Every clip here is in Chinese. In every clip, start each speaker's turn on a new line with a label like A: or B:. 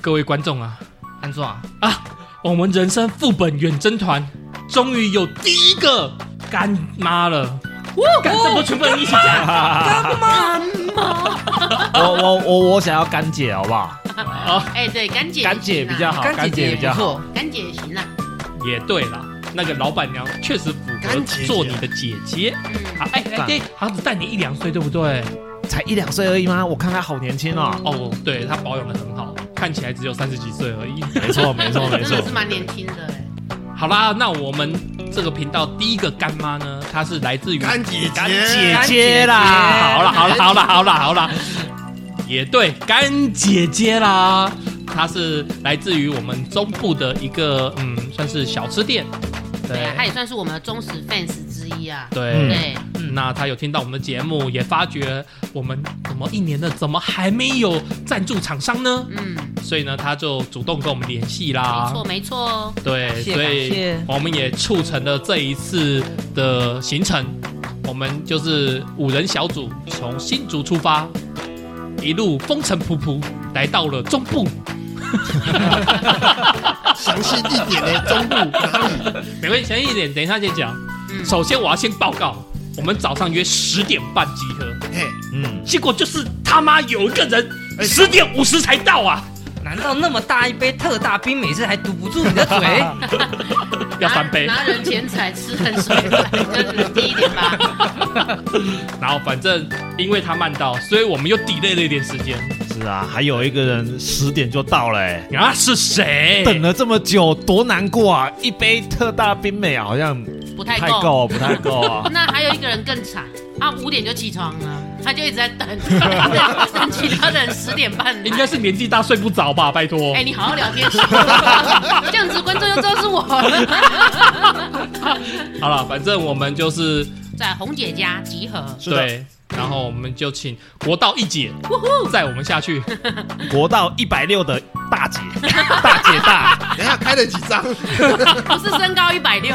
A: 各位观众啊，安装啊啊，我们人生副本远征团终于有第一个干妈了。干这不全部人一起讲
B: 我我我我想要干姐，好不好？
A: 哦
C: 哎、对，干姐也行啊
B: 干姐比较好，
D: 干
B: 干
D: 姐姐
B: 姐比较好。
D: 不错，
C: 干姐也行啊啦。
A: 也对啦，那个老板娘确实符合
D: 干姐姐
A: 做你的姐姐
C: 嗯，
A: 啊。哎，哎对，好像只大你一两岁，对不对？
B: 才一两岁而已吗？我看她好年轻哦。
A: 哦，对，她保养的很好，看起来只有三十几岁而已。
B: 没错，没错，没
C: 真
B: 错
C: 的。是蛮年轻的哎、
A: 好啦，那我们这个频道第一个干妈呢，她是来自于
E: 干姐
B: 干
E: 姐，
B: 姐姐啦，
A: 好啦，
B: 好
A: 好
B: 了，
A: 啦，好啦，好啦，好啦，也对，干姐姐啦，她是来自于我们中部的一个嗯，算是小吃店，
C: 对啊，
A: 对
C: 她也算是我们的忠实 fans 之一啊。
A: 对。
C: 对，
A: 嗯那她有听到我们的节目，也发觉我们怎么一年了，怎么还没有赞助厂商呢？
C: 嗯，
A: 所以呢，她就主动跟我们联系
C: 没
B: 啊
A: 啦。
C: 错哦没错。
A: 对，
D: 感谢
A: 所
D: 感
A: 以
D: 谢
A: 我们也促成了这一次的行程。我们就是五人小组从新竹出发，一路风尘仆仆来到了中部。
E: 详细地点呢？中部哪里？
A: 没关系，前一点，等一下再讲。
C: 嗯，
A: 首先我要先报告，我们早上约十点半集合，
E: 嘿，
B: 嗯，
A: 结果就是他妈有一个人
E: 哎
A: 十点五十才到啊！
D: 难道那么大一杯特大冰美式还堵不住你的嘴？
C: 哎
A: 要翻倍。
C: 拿拿人钱财吃人水财，这是第一点吧。
A: 然后反正因为他慢到，所以我们又 delay 了一点时间。
B: 是啊，还有一个人十点就到了、欸，
A: 啊，是谁？
B: 等了这么久，多难过啊！一杯特大冰美好像不
C: 不太
B: 太
C: 够。。
B: 够，不太够啊
C: 那还有一个人更惨，他五点就起床了，他就一直在等， 等等其他人十点半来
A: 应该是年纪大睡不着吧？拜托。
C: 哎、你好好聊天，这样子观众就知道是我了。
A: 好了，反正我们就是
C: 在红姐家集合，
B: 是的
A: 对，然后我们就请国道一姐载我们下 去。
B: 国道一百六的大姐，大姐大，
E: 等一下开了几张？
C: 不是身高一百六。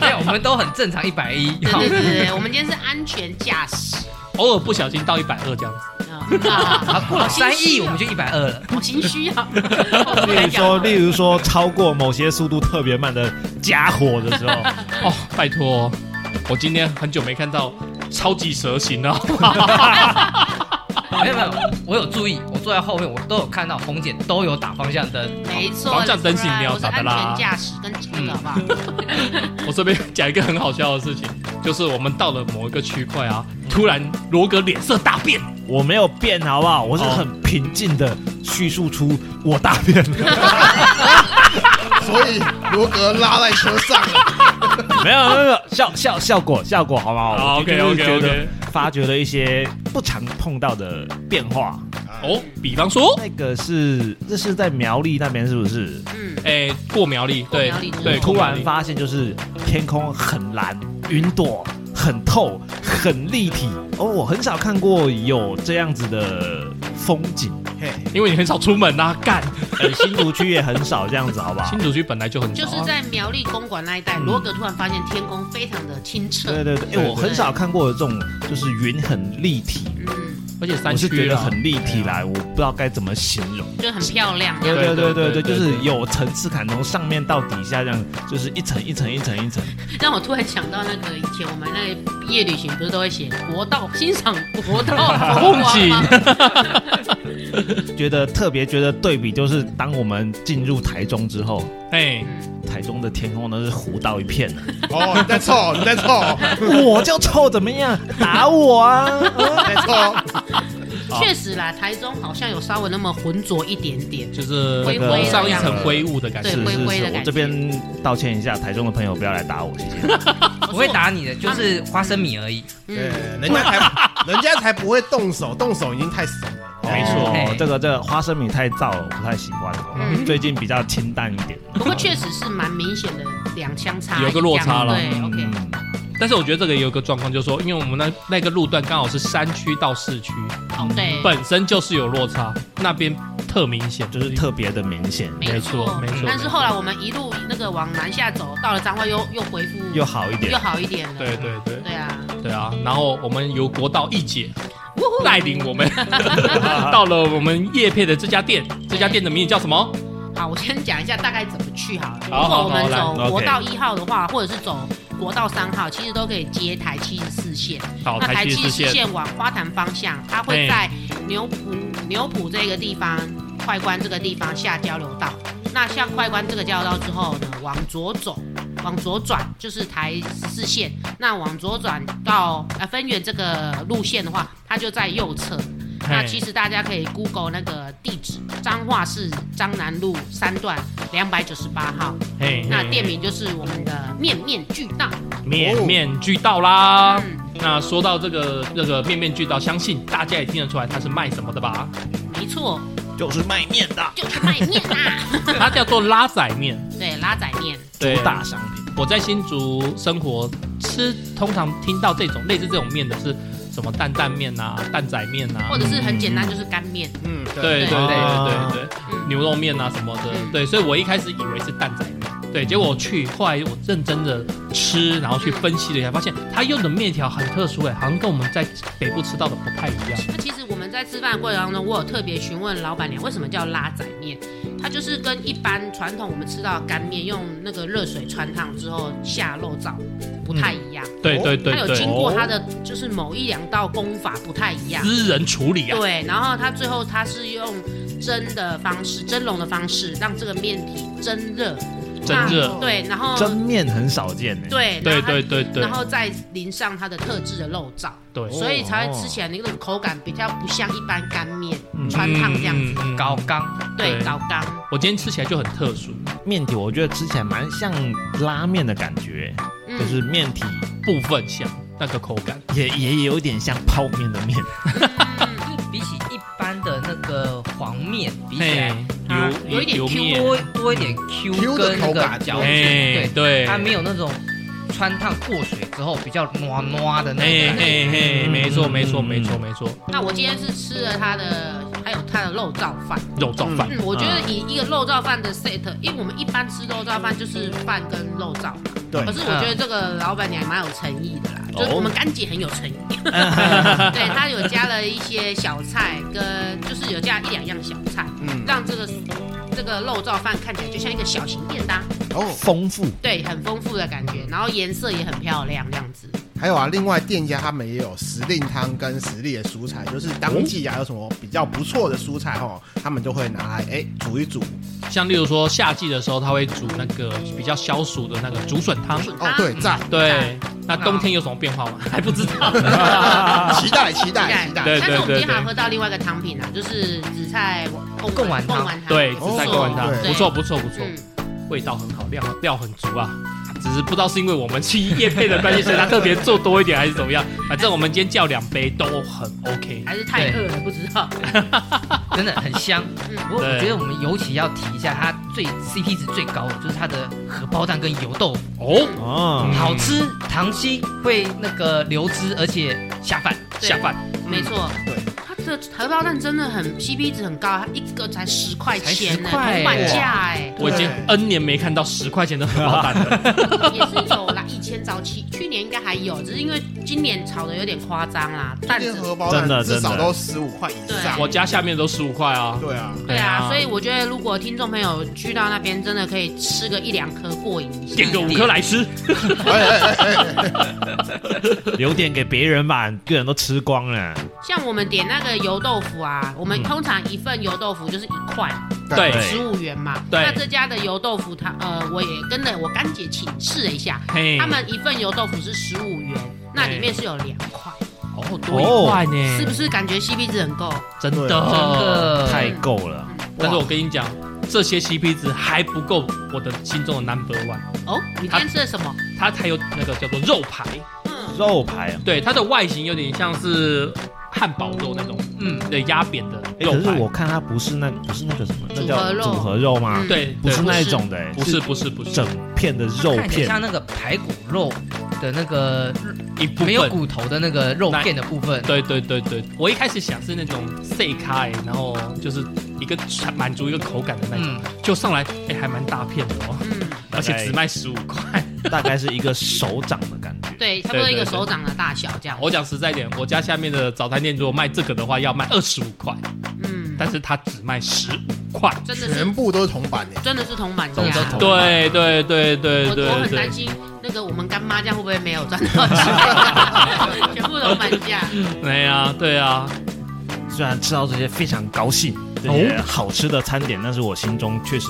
D: 对，我们都很正常，一百一。
C: 对对对对，我们今天是安全驾驶。
A: 偶尔不小心到一百二这样子，
C: 啊，
D: 啊，过了三亿我们就一百二了。
C: 好心虚啊！
B: 例如说，例如说超过某些速度特别慢的家伙的时候，
A: 哦，拜托，我今天很久没看到超级蛇形 了，
D: 没有没有，我有注意，我坐在后面，我都有看到红姐都有打方向灯。
C: 没错，
A: 方向灯是你要
C: 我是
A: 打的
C: 安
A: 啦
C: 全驾驶跟那个好不好？
A: 我这边讲一个很好笑的事情，就是我们到了某一个区块啊，
C: 嗯
A: 突然罗格脸色大变，
B: 我没有变，好不好？我是很平静的叙述出我大便了，
E: 所以罗格拉在车上了，
B: 没有没有没有效效效果效果，好不好
A: 好
B: 我就是
A: OK，OK，OK
B: 觉得发掘了一些不常碰到的变化。
A: 哦，比方说，
B: 那个是这是在苗栗那边是不是？
C: 嗯，
A: 哎，过苗栗，对
C: 过苗栗之后
A: 对，
B: 突
A: 过苗
B: 然
A: 栗
B: 发现就是天空很蓝，云朵很透，很立体。哦，我很少看过有这样子的风景，
E: 嘿，
A: 因为你很少出门呐，干，
B: 呃，新竹区也很少这样子，好不好
A: 新？竹区本来就很
C: 哎就是
A: 少啊
C: 在苗栗公馆那一带，罗格突然发现天空非常的清 澈
B: 对，对对，哎、我很少看过有这种，就是云很立体，
C: 嗯，
A: 而且山
B: 我是觉
A: 区
B: 得
A: 啦
B: 很立体来，我不知道该怎么形容。
C: 就很漂亮。
B: 对
A: 对对
B: 对对对
A: 对
B: 对，就
A: 对
B: 是
A: 对
B: 有层次感，从上面到底下这样，就是一层一层一层一层。
C: 让我突然想到那个以前我们那个毕业旅行不是都会写国道欣赏国道风光吗？
B: 觉得特别觉得对比，就是当我们进入台中之后，
A: 哎，
B: 台中的天空都是糊到一片了。
E: 哦，你在凑，你在凑，
B: 我就臭怎么样？打我啊！
E: 你在凑，
C: 确实啦，台中好像有稍微那么浑浊一点点。
A: 就是
B: 灰
C: 灰
B: 的
A: 蒙上一
C: 样
B: 子
A: 层灰雾的感觉
C: 对。
B: 是
C: 灰
B: 是
C: 灰的
B: 是，
C: 感
B: 我
C: 觉
B: 这边道歉一下，台中的朋友不要来打我，谢谢。
C: 我说
D: 不会打你的，就是花生米而已。
E: 对，
C: 嗯，
E: 人家才，人家才不会动手，动手已经太熟了。
A: 没错
B: 哦这个这个花生米太燥了，我不太喜欢。
C: 嗯
B: 最近比较清淡一点。
C: 不过确实是蛮明显的两相差异，
A: 有个落差啦
C: 对，OK，
B: 嗯
A: 但是我觉得这个也有个状况，就是说，因为我们那那个路段刚好是山区到市区，
C: 哦对，
A: 本身就是有落差，那边特明显，
B: 就是特别的明显，
A: 没错没错
C: 哦但是后来我们一路那个往南下走，到了彰化又又恢复
B: 又好一点
C: 哎又。好一点了，
A: 对对对
C: 对啊，
A: 对啊。然后我们由国道一姐，
C: 呜
A: 带领我 们到了我们叶配的这家店，这家店的名字叫什么？
C: 好，我先讲一下大概怎么去好了。
A: 好
C: 如果我们
A: 好好
B: 来
C: 走国道一号的话，或者是走国道三号，其实都可以接台七十四线。
A: 好，
C: 那
A: 台
C: 台
A: 七
C: 七
A: 十
C: 十
A: 线。哎
C: 线往花坛方向，它会在牛埔牛埔这个地方快关这个地方下交流道。那下快关这个交流道之后呢，往左走，往左转就是台十四线。那往左转到呃分园这个路线的话，它就在右侧。那
A: 嘿
C: 其实大家可以 Google 那个地址，彰化市彰南路三段两百九十八号。
A: 嘿
C: 那
A: 嘿
C: 店名就是我们的面面俱到。
A: 面
E: 哦
A: 面俱到啦。
C: 嗯，
A: 那说到这个这个面面俱到，相信大家也听得出来它是卖什么的 吧？
C: 没错，
B: 就是卖面的，
C: 就是卖面啊啦。
A: 它叫做拉仔面，
C: 对，拉仔面。
A: 对
B: 主打商品。
A: 我在新竹生活吃，通常听到这种类似这种面的是什么担担面啊、蛋仔面啊
C: 或，者是很简单，就是干面。
E: 嗯，
A: 对对对
C: 对
A: 对
B: 啊
A: 对对，
C: 嗯，
A: 牛肉面啊什么的，
C: 嗯
A: 对，所以我一开始以为是蛋仔面，对，结果我去，后来我认真的吃，然后去分析了一下，发现它用的面条很特殊哎、好像跟我们在北部吃到的不太一样。
C: 那其实我们在吃饭的过程当中，我有特别询问老板娘为什么叫拉仔面，它就是跟一般传统我们吃到的干面用那个热水穿烫之后下肉燥不太一样，
A: 对
E: 哦
A: 对嗯对
C: 它有
A: 对，
C: 经过它的就是某一两道功法不太一样。
A: 私人处理啊，
C: 对，然后它最后它是用蒸的方式、蒸笼的方式让这个面体蒸热，
A: 蒸热
C: 那对，然后
B: 蒸面很少见呢，
C: 嗯对
A: 对
C: 然后它
A: 对对对
C: 然后再淋上它的特制的肉燥。
A: 对，
C: 所以才会吃起来那种口感比较不像一般干面
B: 嗯
C: 穿烫这样子，
A: 嗯嗯嗯
D: 高刚，
C: 对，
A: 对
C: 高刚，
A: 我今天吃起来就很特殊，
B: 面体我觉得吃起来蛮像拉面的感觉，
C: 嗯，
B: 就是面体
A: 部分像那个口感，
B: 也也有点像泡面的面，
C: 嗯
D: 比起一般的那个黄面比起
A: 嘿
D: 来，，它
A: 油
C: 有一点
A: 油
D: Q
A: 面，
D: 多多一点 Q
E: Q 的
D: 跟那
E: 口
D: 个
E: 感
D: 嚼
A: 哎
D: 劲，
A: 对，
D: 对，它没有那种穿烫过水之后比较糯糯的那
A: 嘿
D: 种感觉。
A: 嘿嘿，哎没错
B: 嗯
A: 没错
B: 嗯
A: 没错没错，
C: 那我今天是吃了它的，还有它的肉燥饭。
A: 肉燥饭，
C: 嗯，我觉得以一个肉燥饭的 set，因为我们一般吃肉燥饭就是饭跟肉燥嘛。
B: 对
C: 可是我觉得这个老板娘也蛮有诚意的啦，
B: 哦
C: 就是我们干姐很有 诚意。对，她有加了一些小菜，跟就是有加一两样小菜，
E: 嗯，
C: 让这个这个肉燥饭看起来就像一个小型便当。
E: 哦，
B: 丰富。
C: 对，很丰富的感觉，然后颜色也很漂亮，这样子。
E: 还有啊，另外店家他们也有时令汤跟时令的蔬菜，就是当季啊有什么比较不错的蔬菜哦，他们就会拿来哎煮一煮。
A: 像例如说夏季的时候，他会煮那个比较消暑的那个竹笋汤，
E: 哦，
C: 啊
E: 对，
D: 嗯
E: 赞，
A: 对。那冬天有什么变化吗？嗯 还不知道。
E: 期待期待
C: 对
E: 期待。
A: 对
C: 但是我们
A: 对
C: 今天还
A: 对
C: 喝到另外一个汤品啊，就是紫菜
D: 贡丸汤
C: 贡丸汤，
A: 对，
C: 不
A: 紫
C: 错
A: 菜锅丸汤
E: 哦
A: 不错，不错不错，
C: 嗯，
A: 味道很好，料料很足啊。只是不知道是因为我们去夜配的关系，所以他特别做多一点还是怎么样。反正我们今天叫两杯都很 OK。
C: 还是太饿了，不知道。
D: 真的很香。
C: 嗯
D: 不过
A: 对
D: 我觉得我们尤其要提一下，它最 CP 值最高的就是它的荷包蛋跟油豆腐，
A: 哦，
B: 哦
A: 嗯，
D: 好吃，糖稀会那个流汁，而且下饭。
C: 对
A: 下饭
C: 没错，
A: 嗯
E: 对，
C: 它的荷包蛋真的很 CP 值很高，它一个才十块钱呢，
D: 才10块
C: 铜板价哎，
A: 我已经 N 年没看到十块钱的荷包蛋了。
C: 也是有啦，以前早期去年应该还有，只是因为今年炒的有点夸张啦，
E: 今
C: 蛋
E: 天
C: 子
E: 荷包
B: 真的
E: 蛋至少
B: 真的
E: 都十五块以上。
A: 我家下面都十五块啊。
E: 对啊，
C: 对
A: 对啊
C: 啊，所以我觉得如果听众朋友去到那边，真的可以吃个一两颗过瘾一下。
A: 点个五颗来吃，
E: 哎哎哎哎哎
B: 留点给别人吧，个人都吃光了。
C: 像我们点那个油豆腐啊，我们
A: 嗯
C: 通常一份油豆腐就是一块
A: 对
C: 十五元嘛。
A: 对
C: 那这家的油豆腐它，呃，我也跟着我干姐请示了一下，
A: 嘿
C: 他们一份油豆腐是十五元，那里面是有两块，
A: 哦多一块呢，
C: 是不是感觉 CP 值很够？
A: 真的
E: 对真
D: 的
B: 太够了，
A: 但是我跟你讲，这些 CP 值还不够我的心中的 number one，
C: 哦，你今天吃了什么？
A: 它还有那个叫做肉排，
C: 嗯，
B: 肉排啊。
A: 对，它的外形有点像是汉堡肉那种，嗯
D: 嗯，
A: 对，压扁的
B: 哎，
A: 肉
B: 可是
A: 排，
B: 我看它不是那不是那个什么，那
C: 组合
B: 叫
C: 肉
B: 组合肉吗？
C: 嗯
A: 对，
B: 不
A: 对
B: 是
C: 不
B: 那
C: 是
B: 种的欸，
A: 不是不是不是
B: 整片的肉
D: 看起来
B: 片
D: 像那个排骨肉的那个
A: 一部分
D: 没有，骨头的那个肉片的部分，
A: 对对对对，我一开始想是那种 C 开，然后就是一个满足一个口感的那种，
D: 嗯，
A: 就上来哎还蛮大片的哦，
C: 嗯，
A: 而且只卖十五块，
B: 大概是一个手掌的感觉。
C: 对，差不多一
A: 对
C: 个
A: 对
C: 手掌的大小这样。
A: 我讲实在一点，我家下面的早餐店如果卖这个的话，要卖二十五块，
C: 嗯，
A: 但是它只卖十五块。
C: 真的是
E: 全部都是铜板的，
C: 真的是铜板价
D: 都。是铜
A: 对对对对
C: 我我
A: 对
C: 很担
A: 对，
C: 心那个我们干妈这样会不会没有赚到 钱，全部铜板价。
A: 对呀对啊呀，
B: 虽然吃到这些非常高兴这些好吃的餐点，但是我心中确实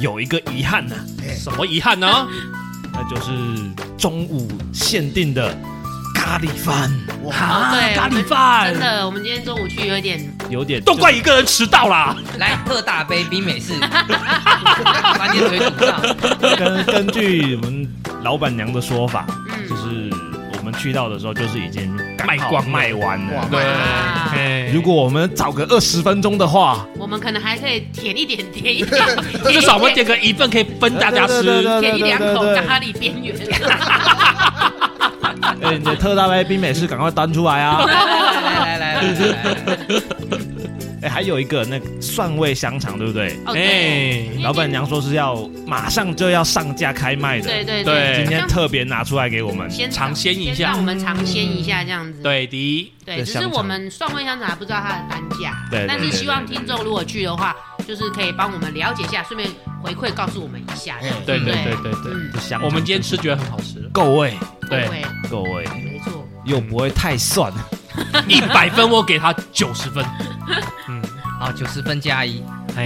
B: 有一个遗憾呢、
A: 什么遗憾呢？
B: 那就是中午限定的咖喱饭，
E: 哇，
A: 啊
C: 对，
A: 咖
C: 我
A: 喱
C: 们真
A: 饭，
C: 的，我们今天中午去有点
B: 有点
A: 都怪一个人迟到啦。
D: 来特大杯冰美式，把你腿堵上。
B: 根根据我们老板娘的说法，
C: 嗯
B: 就是我们去到的时候就是已经刚好
A: 卖光了
B: 卖完
E: 哇
B: 了。
A: 对
C: 哇，
A: 哎
B: 如果我们早个二十分钟的话，
C: 我们可能还可以舔一点，舔 一点，
A: 至少我们
C: 舔
A: 点个一份可以分大家
B: 对
A: 吃。
B: 对
C: 舔一两口
B: 对对对
C: 咖喱边缘。
B: 哎、你的特大杯冰美式赶快端出来啊！
D: 来来来来来来，
B: 哎、还有一个那个蒜味香肠，对不对？
C: 哦，对，
A: 哎，
B: 老板娘说是要马上就要上架开卖的，
C: 对对
A: 对
B: 今天
C: 像
B: 特别拿出来给我们。
C: 先
A: 尝鲜一下
C: 先让我们尝鲜一下这样子。
A: 对的，
C: 对，
B: 的
C: 只
B: 香
C: 是
B: 肠
C: 我们蒜味香肠还不知道它的单价，
B: 对对
C: 但是
B: 对
C: 希望
B: 对
C: 听众如果去的话，就是可以帮我们了解一下，顺便回馈告诉我们一下。
E: 哎
A: 对对
C: 对
A: 对对对。
C: 嗯，
B: 这香肠
A: 我们今天吃觉得很好吃，
B: 够味，
A: 对，
B: 够味，
C: 对，没错。
B: 又不会太蒜。
A: 嗯一百分我给他九十 分。嗯，
D: 好，九十分加一，
A: 哎，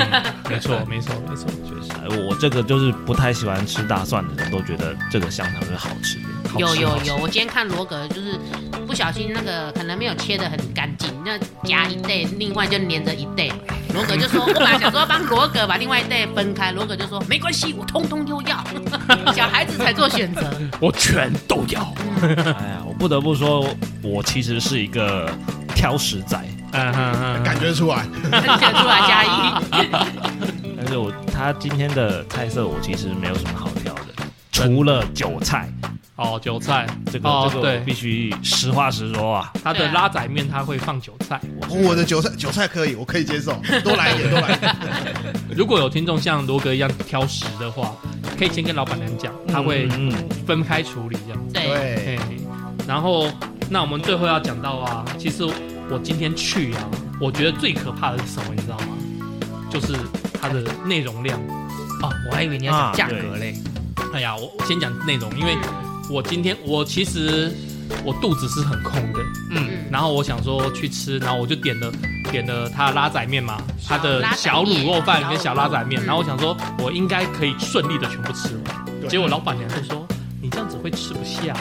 A: 没错没错没错，
B: 确实，哎我这个就是不太喜欢吃大蒜的人都觉得这个香肠是好吃的。好
C: 有
B: 吃
C: 有
B: 好吃
C: 有，我今天看罗格就是不小心那个可能没有切的很干净，那夹一袋，另外就粘着一袋。罗格就 说，我本来想说帮罗格把另外一袋分开，罗格就说没关系，我通通都要。 小孩子才做选择，嗯
A: 我全都要。
B: 哎呀，我不得不说，我其实是一个挑食仔，
A: 嗯嗯
E: 感觉出来，
C: 看出来 加一。
B: 但是我他今天的菜色我其实没有什么好挑的，除了韭菜，
A: 哦，韭菜，
B: 这个、
A: 哦
B: 这个我
A: 对
B: 必须实话实说啊，
A: 它
C: 对
A: 的
C: 啊
A: 拉仔面它会放韭菜。
E: 我的韭菜韭菜可以，我可 以接受，多来一点，多来一点。
A: 如果有听众像罗格一样挑食的话，可以先跟老板娘讲，他会
B: 嗯嗯
A: 分开处理这样。
C: 对，
E: 对，
A: 嘿然后，那我们最后要讲到啊，其实我今天去啊，我觉得最可怕的是什么，你知道吗？就是它的内容量。
D: 哦，我还以为你要讲价格嘞，
A: 哎呀，我我先讲内容，因为我今天我其实我肚子是很空的，
D: 嗯，
C: 嗯，
A: 然后我想说去吃，然后我就点了点了他的拉仔面嘛，他的小卤肉饭跟小拉仔面，
C: 嗯
A: 然后我想说我应该可以顺利的全部吃完，
E: 对
A: 结果老板娘就说。你这样子会吃不下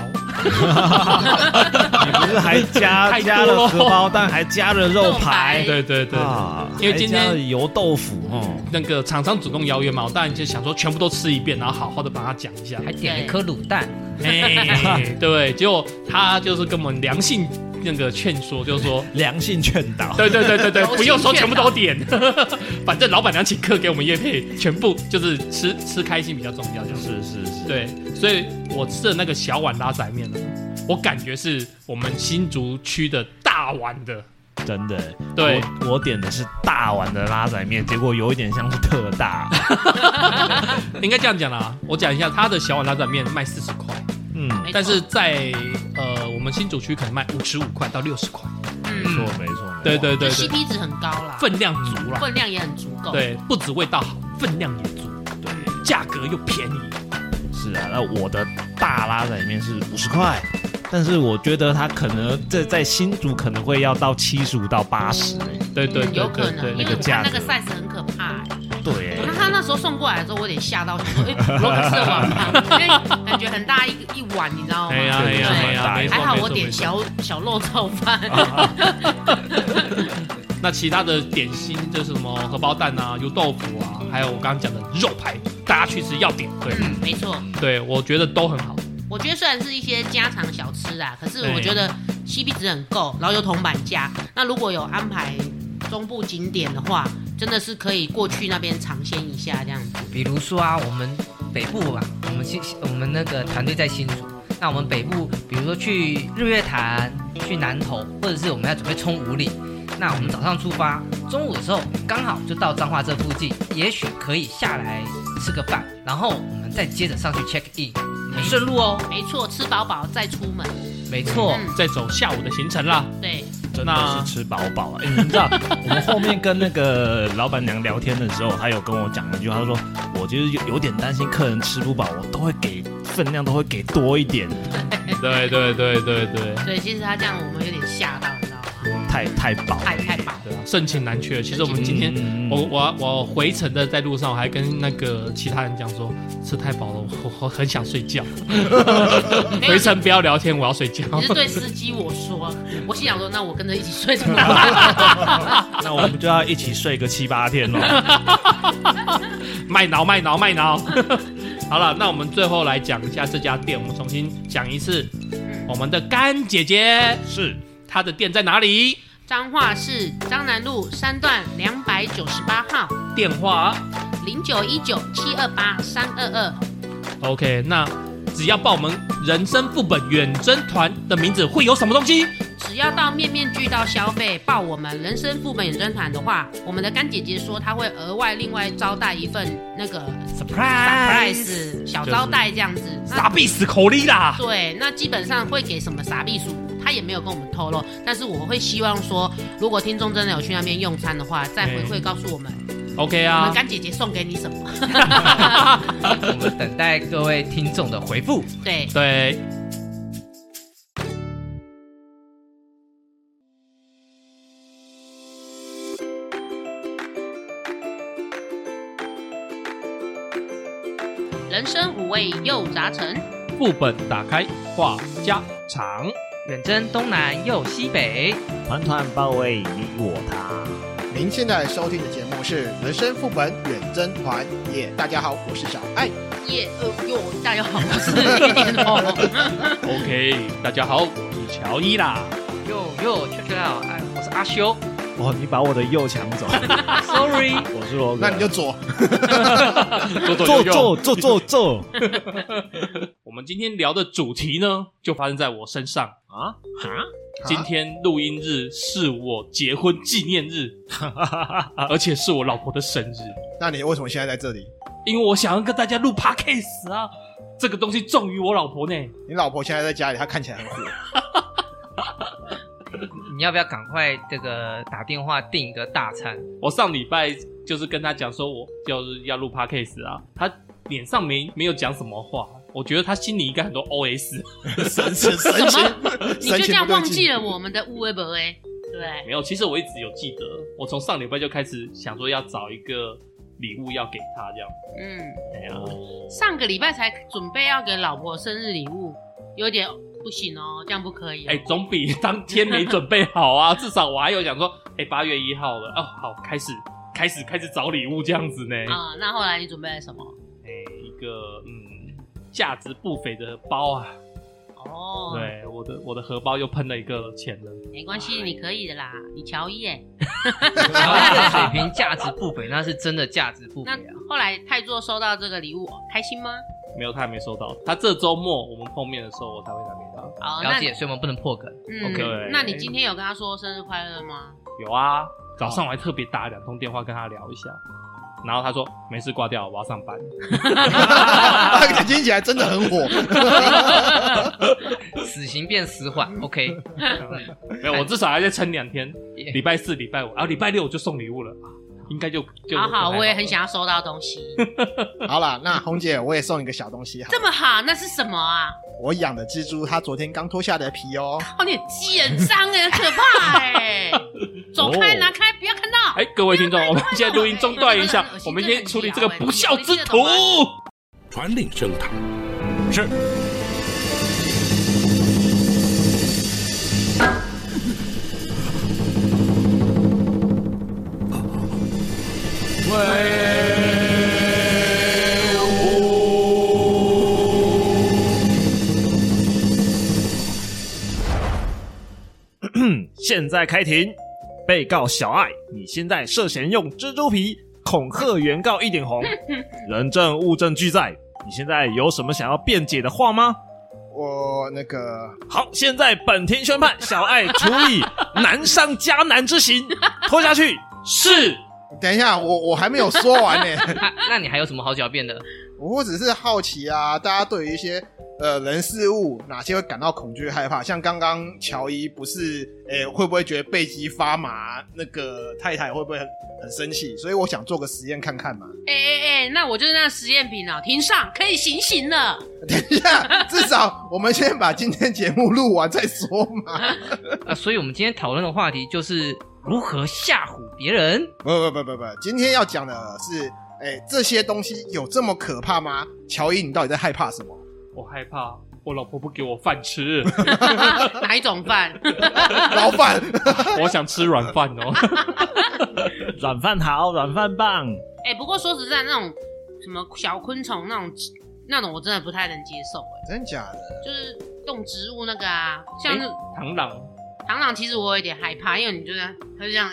A: 哦，
B: 你不是还 加
A: 太多
B: 加
A: 了
B: 了荷包蛋，还加了肉排
C: 哎
A: 对对对，
B: 啊，
A: 因为今天
B: 还加了油豆腐哦，
A: 那个厂商主动邀约嘛，我当然就想说全部都吃一遍，然后好好的把它讲一下。
D: 还点了一颗卤蛋，
A: 哎， 对，结果他就是跟我们良性那个劝说，就是 说
B: 良性劝导。
A: 对对对对对，
C: 柔性
A: 不用说全部都点， 反正老板娘请客给我们叶配，全部就是吃吃开心比较重要，就是
B: 是是是，
A: 对。所以我吃的那个小碗拉仔面呢，我感觉是我们新竹区的大碗的，
B: 真的。
A: 对
B: 我，我点的是大碗的拉仔面，结果有一点像是特 大。
A: 应该这样讲啦。我讲一下，它的小碗拉仔面卖四十块，
B: 嗯，
C: 没错
A: 但是在呃我们新竹区可能卖五十五块到六十块，
B: 没
C: 嗯，
B: 错没错。没
A: 对
B: 错，
A: 对对
C: 就
A: 对，
C: 嗯 CP 值很高啦，
A: 分量足啦，
C: 分量也很足够。，
A: 对，不止味道好，分量也足，对，价格又便宜，
B: 是啊。那我的大拉仔面是五十块，但是我觉得它可能在在新竹可能会要到七十五到八十。
A: 对对
C: 嗯，
A: 对
C: 有可
A: 对对
C: 能，，
A: 那
C: 因
A: 个
C: 为我看那
B: 那
C: 个
B: 个价
C: size 很可怕。欸
B: 对，
C: 那他那时候送过来的时候，我有点吓到，想说，哎，罗格是碗吗？因为感觉很大一一碗，你知道吗？
A: 哎呀哎呀哎呀，没错
C: 还好
A: 没
C: 我
A: 错啊
C: 点
A: 没错。
C: 小小肉燥饭，
A: 那其他的点心就是什么荷包蛋啊、油豆腐啊，还有我刚刚讲的肉排，大家去吃要点。对、
C: 嗯，没错。
A: 对，我觉得都很好。
C: 我觉得虽然是一些家常小吃啊，可是
A: 对
C: 我觉得 CP 值很够，然后有铜板价。那如果有安排中部景点的话，真的是可以过去那边尝鲜一下这样子。
D: 比如说啊，我们北部吧，我们新我们那个团队在新竹，那我们北部，比如说去日月潭、去南投，或者是我们要准备冲五里，那我们早上出发，中午的时候刚好就到彰化这附近，也许可以下来吃个饭，然后我们再接着上去 check in，很顺路哦。
C: 没错，吃饱饱再出门。
D: 没错，
C: 嗯，
A: 再走下午的行程啦。
C: 对，
B: 真
A: 那
B: 的是吃饱饱啊！哎你知道， 我们后面跟那个老板娘聊天的时候，她有跟我讲一句，她说我就是有有点担心客人吃不饱，我都会给分量都会给多一点，
A: 对对对对对，
C: 所以其实他这样我们有点吓到，你知道吗？
B: 太太饱了
C: 太太饱了。
A: 对啊，盛情难却。其实我们今天。
B: 嗯
A: 我我我回程的在路上，我还跟那个其他人讲说，吃太饱了，我我很想睡觉。
C: 没有
A: 回程不要聊天，我要睡觉。
C: 你是对司机我说，我心想说，那我跟着一起睡怎么
B: 那我们就要一起睡个七八 天喽。
A: 卖挠卖挠卖挠。好了，那我们最后来讲一下这家店，我们重新讲一次。我们的干姐姐
B: 是，
A: 她的店在哪里？
C: 彰化市彰南路三段两百九十八号
A: 电话
C: 零九一九七二八三二二，
A: OK，那只要报我们人生副本远征团的名字，会有什么东西？
C: 只要到面面俱到消费，报我们人生副本远征团的话，我们的干姐姐说她会额外另外招待一份那个 surprise 小招待这样子。
A: 傻
C: 那
A: 逼死口令啦！
C: 对，那基本上会给什么傻秘书，她也没有跟我们透露，但是我会希望说，如果听众真的有去那边用餐的话，再回馈告诉我们，
A: OK
C: 我
A: 啊
C: 们，干姐姐送给你什么。
D: 我们等待各位听众的回复。
C: 对，
A: 对，
C: 人生五味又杂陈。
A: 副本打开话家常。
D: 远征东南又西北，
B: 团团包围你我他。
E: 您现在收听的节目是《人生副本远征团》，耶！大家好，我是小爱。
C: 耶，呃哟，大 家好，我是一点哦。
A: OK，大家好，我是乔伊啦。
D: 又又 check it out，哎，我是阿修
B: 哦，你把我的右抢 走，
D: ，sorry，
B: 我是罗哥。
E: 那你就左，
A: 左左
B: 坐
A: 右右，
B: 坐坐坐坐
A: 我们今天聊的主题呢，就发生在我身上。
B: 啊
A: 今天录音日是我结婚纪念 日，而且是我老婆的生日，
E: 啊那你为什么现在在这里？
A: 因为我想要跟大家录 podcast 啊，这个东西重于我老婆呢。
E: 你老婆现在在家里，她看起来很火。
D: 你要不要赶快这个打电话订一个大 餐？
A: 我上礼拜就是跟她讲说，我就是要录 podcast 啊，她脸上没没有讲什么话，我觉得她心里应该很多 OS，
E: 神情神情，
C: 你就这样忘记了
E: 我？
C: 我们的乌龟博哎，对，
A: 没有，其实我一直有记得，我从上礼拜就开始想说要找一个礼物要给她这样。
C: 嗯，
A: 哎呀，
C: 上个礼拜才准备要给老婆生日礼物，有点不行哦，这样不可以哦、
A: 哎、总比当天没准备好啊， 至少我还有想说，哎、八月一号了，哦，好，开始，开始，开始找礼物这样子呢。哎、
C: 啊、那后来你准备了什么？
A: 一个嗯，价值不菲的包啊，
C: 哦，，
A: 对，我的我的荷包又喷了一个钱了。
C: 没关系，你可以的啦，你乔伊哎。
D: 然后你的水平价值不菲，那是真的价值不菲
C: 那哦
D: 啊！
C: 后来泰座收到这个礼物，开心吗？
A: 没有，他还没收到。他这周末我们碰面的时候，我才会拿给他。
C: 哦，那
D: 了解，所以我们不能破梗。
C: 嗯
A: OK
C: 那你今天有跟他说生日快乐吗？
A: 有啊，早上我还特别打两通电话跟他聊一下，然后他说没事，挂掉，我要上班。
E: 她听起来真的很火。
D: 死刑变死缓，OK， 嗯
A: 没有，我至少还在撑两天，
D: 也
A: 礼拜四、礼拜五，然后礼拜六我就送礼物了，啊应该就就
C: 好好，
A: 就还
C: 我也很想要收到东西。
E: 好啦，那红姐，我也送你个小东西好了。
C: 这么好，那是什么啊？
E: 我养的蜘蛛，它昨天刚脱下的皮哦。
C: 哦，你很鸡很脏哎，很可怕哎！走开，
B: 哦
C: 拿开，不要看到。
A: 哎，各位听众，我们现在录音中断一下
C: 哎，
A: 我们先处理这个不孝之徒。
F: 传令升堂。是。
B: 现在开庭，被告小爱，你现在涉嫌用蜘蛛皮恐吓原告一点 红，人证物证俱在。你现在有什么想要辩解的话吗？
E: 我那个
B: 好，现 在本庭宣判小爱处以难上加难之刑，拖下去
A: 是
E: 等一下，我我还没有说完呢、
D: 那啊那你还有什么好狡辩的？
E: 我只是好奇啊，大家对于一些呃人事物哪些会感到恐惧害怕？像刚刚乔伊不是，诶、会不会觉得背脊发麻？那个太太会不会很很生气？所以我想做个实验看看嘛。
C: 哎哎哎，那我就是那实验品哦，庭上可以行刑了。
E: 等一下，至少我们先把今天节目录完再说嘛。
D: 啊，所以我们今天讨论的话题就是如何吓唬别人。
E: 不不不不不，今天要讲的是，诶、这些东西有这么可怕吗？乔伊，你到底在害怕什么？
A: 我害怕我老婆不给我饭吃，
C: 哪一种饭？
E: 老板，
A: 我想吃软饭哦。
B: 软饭好，软饭棒，
C: 哎、不过说实在，那种什么小昆虫那种那种，我真的不太能接受、哎，
E: 真假的？
C: 就是动植物那个啊，像是
A: 螳螂，
C: 螳螂，其实我有点害怕，因为你就是它就这样，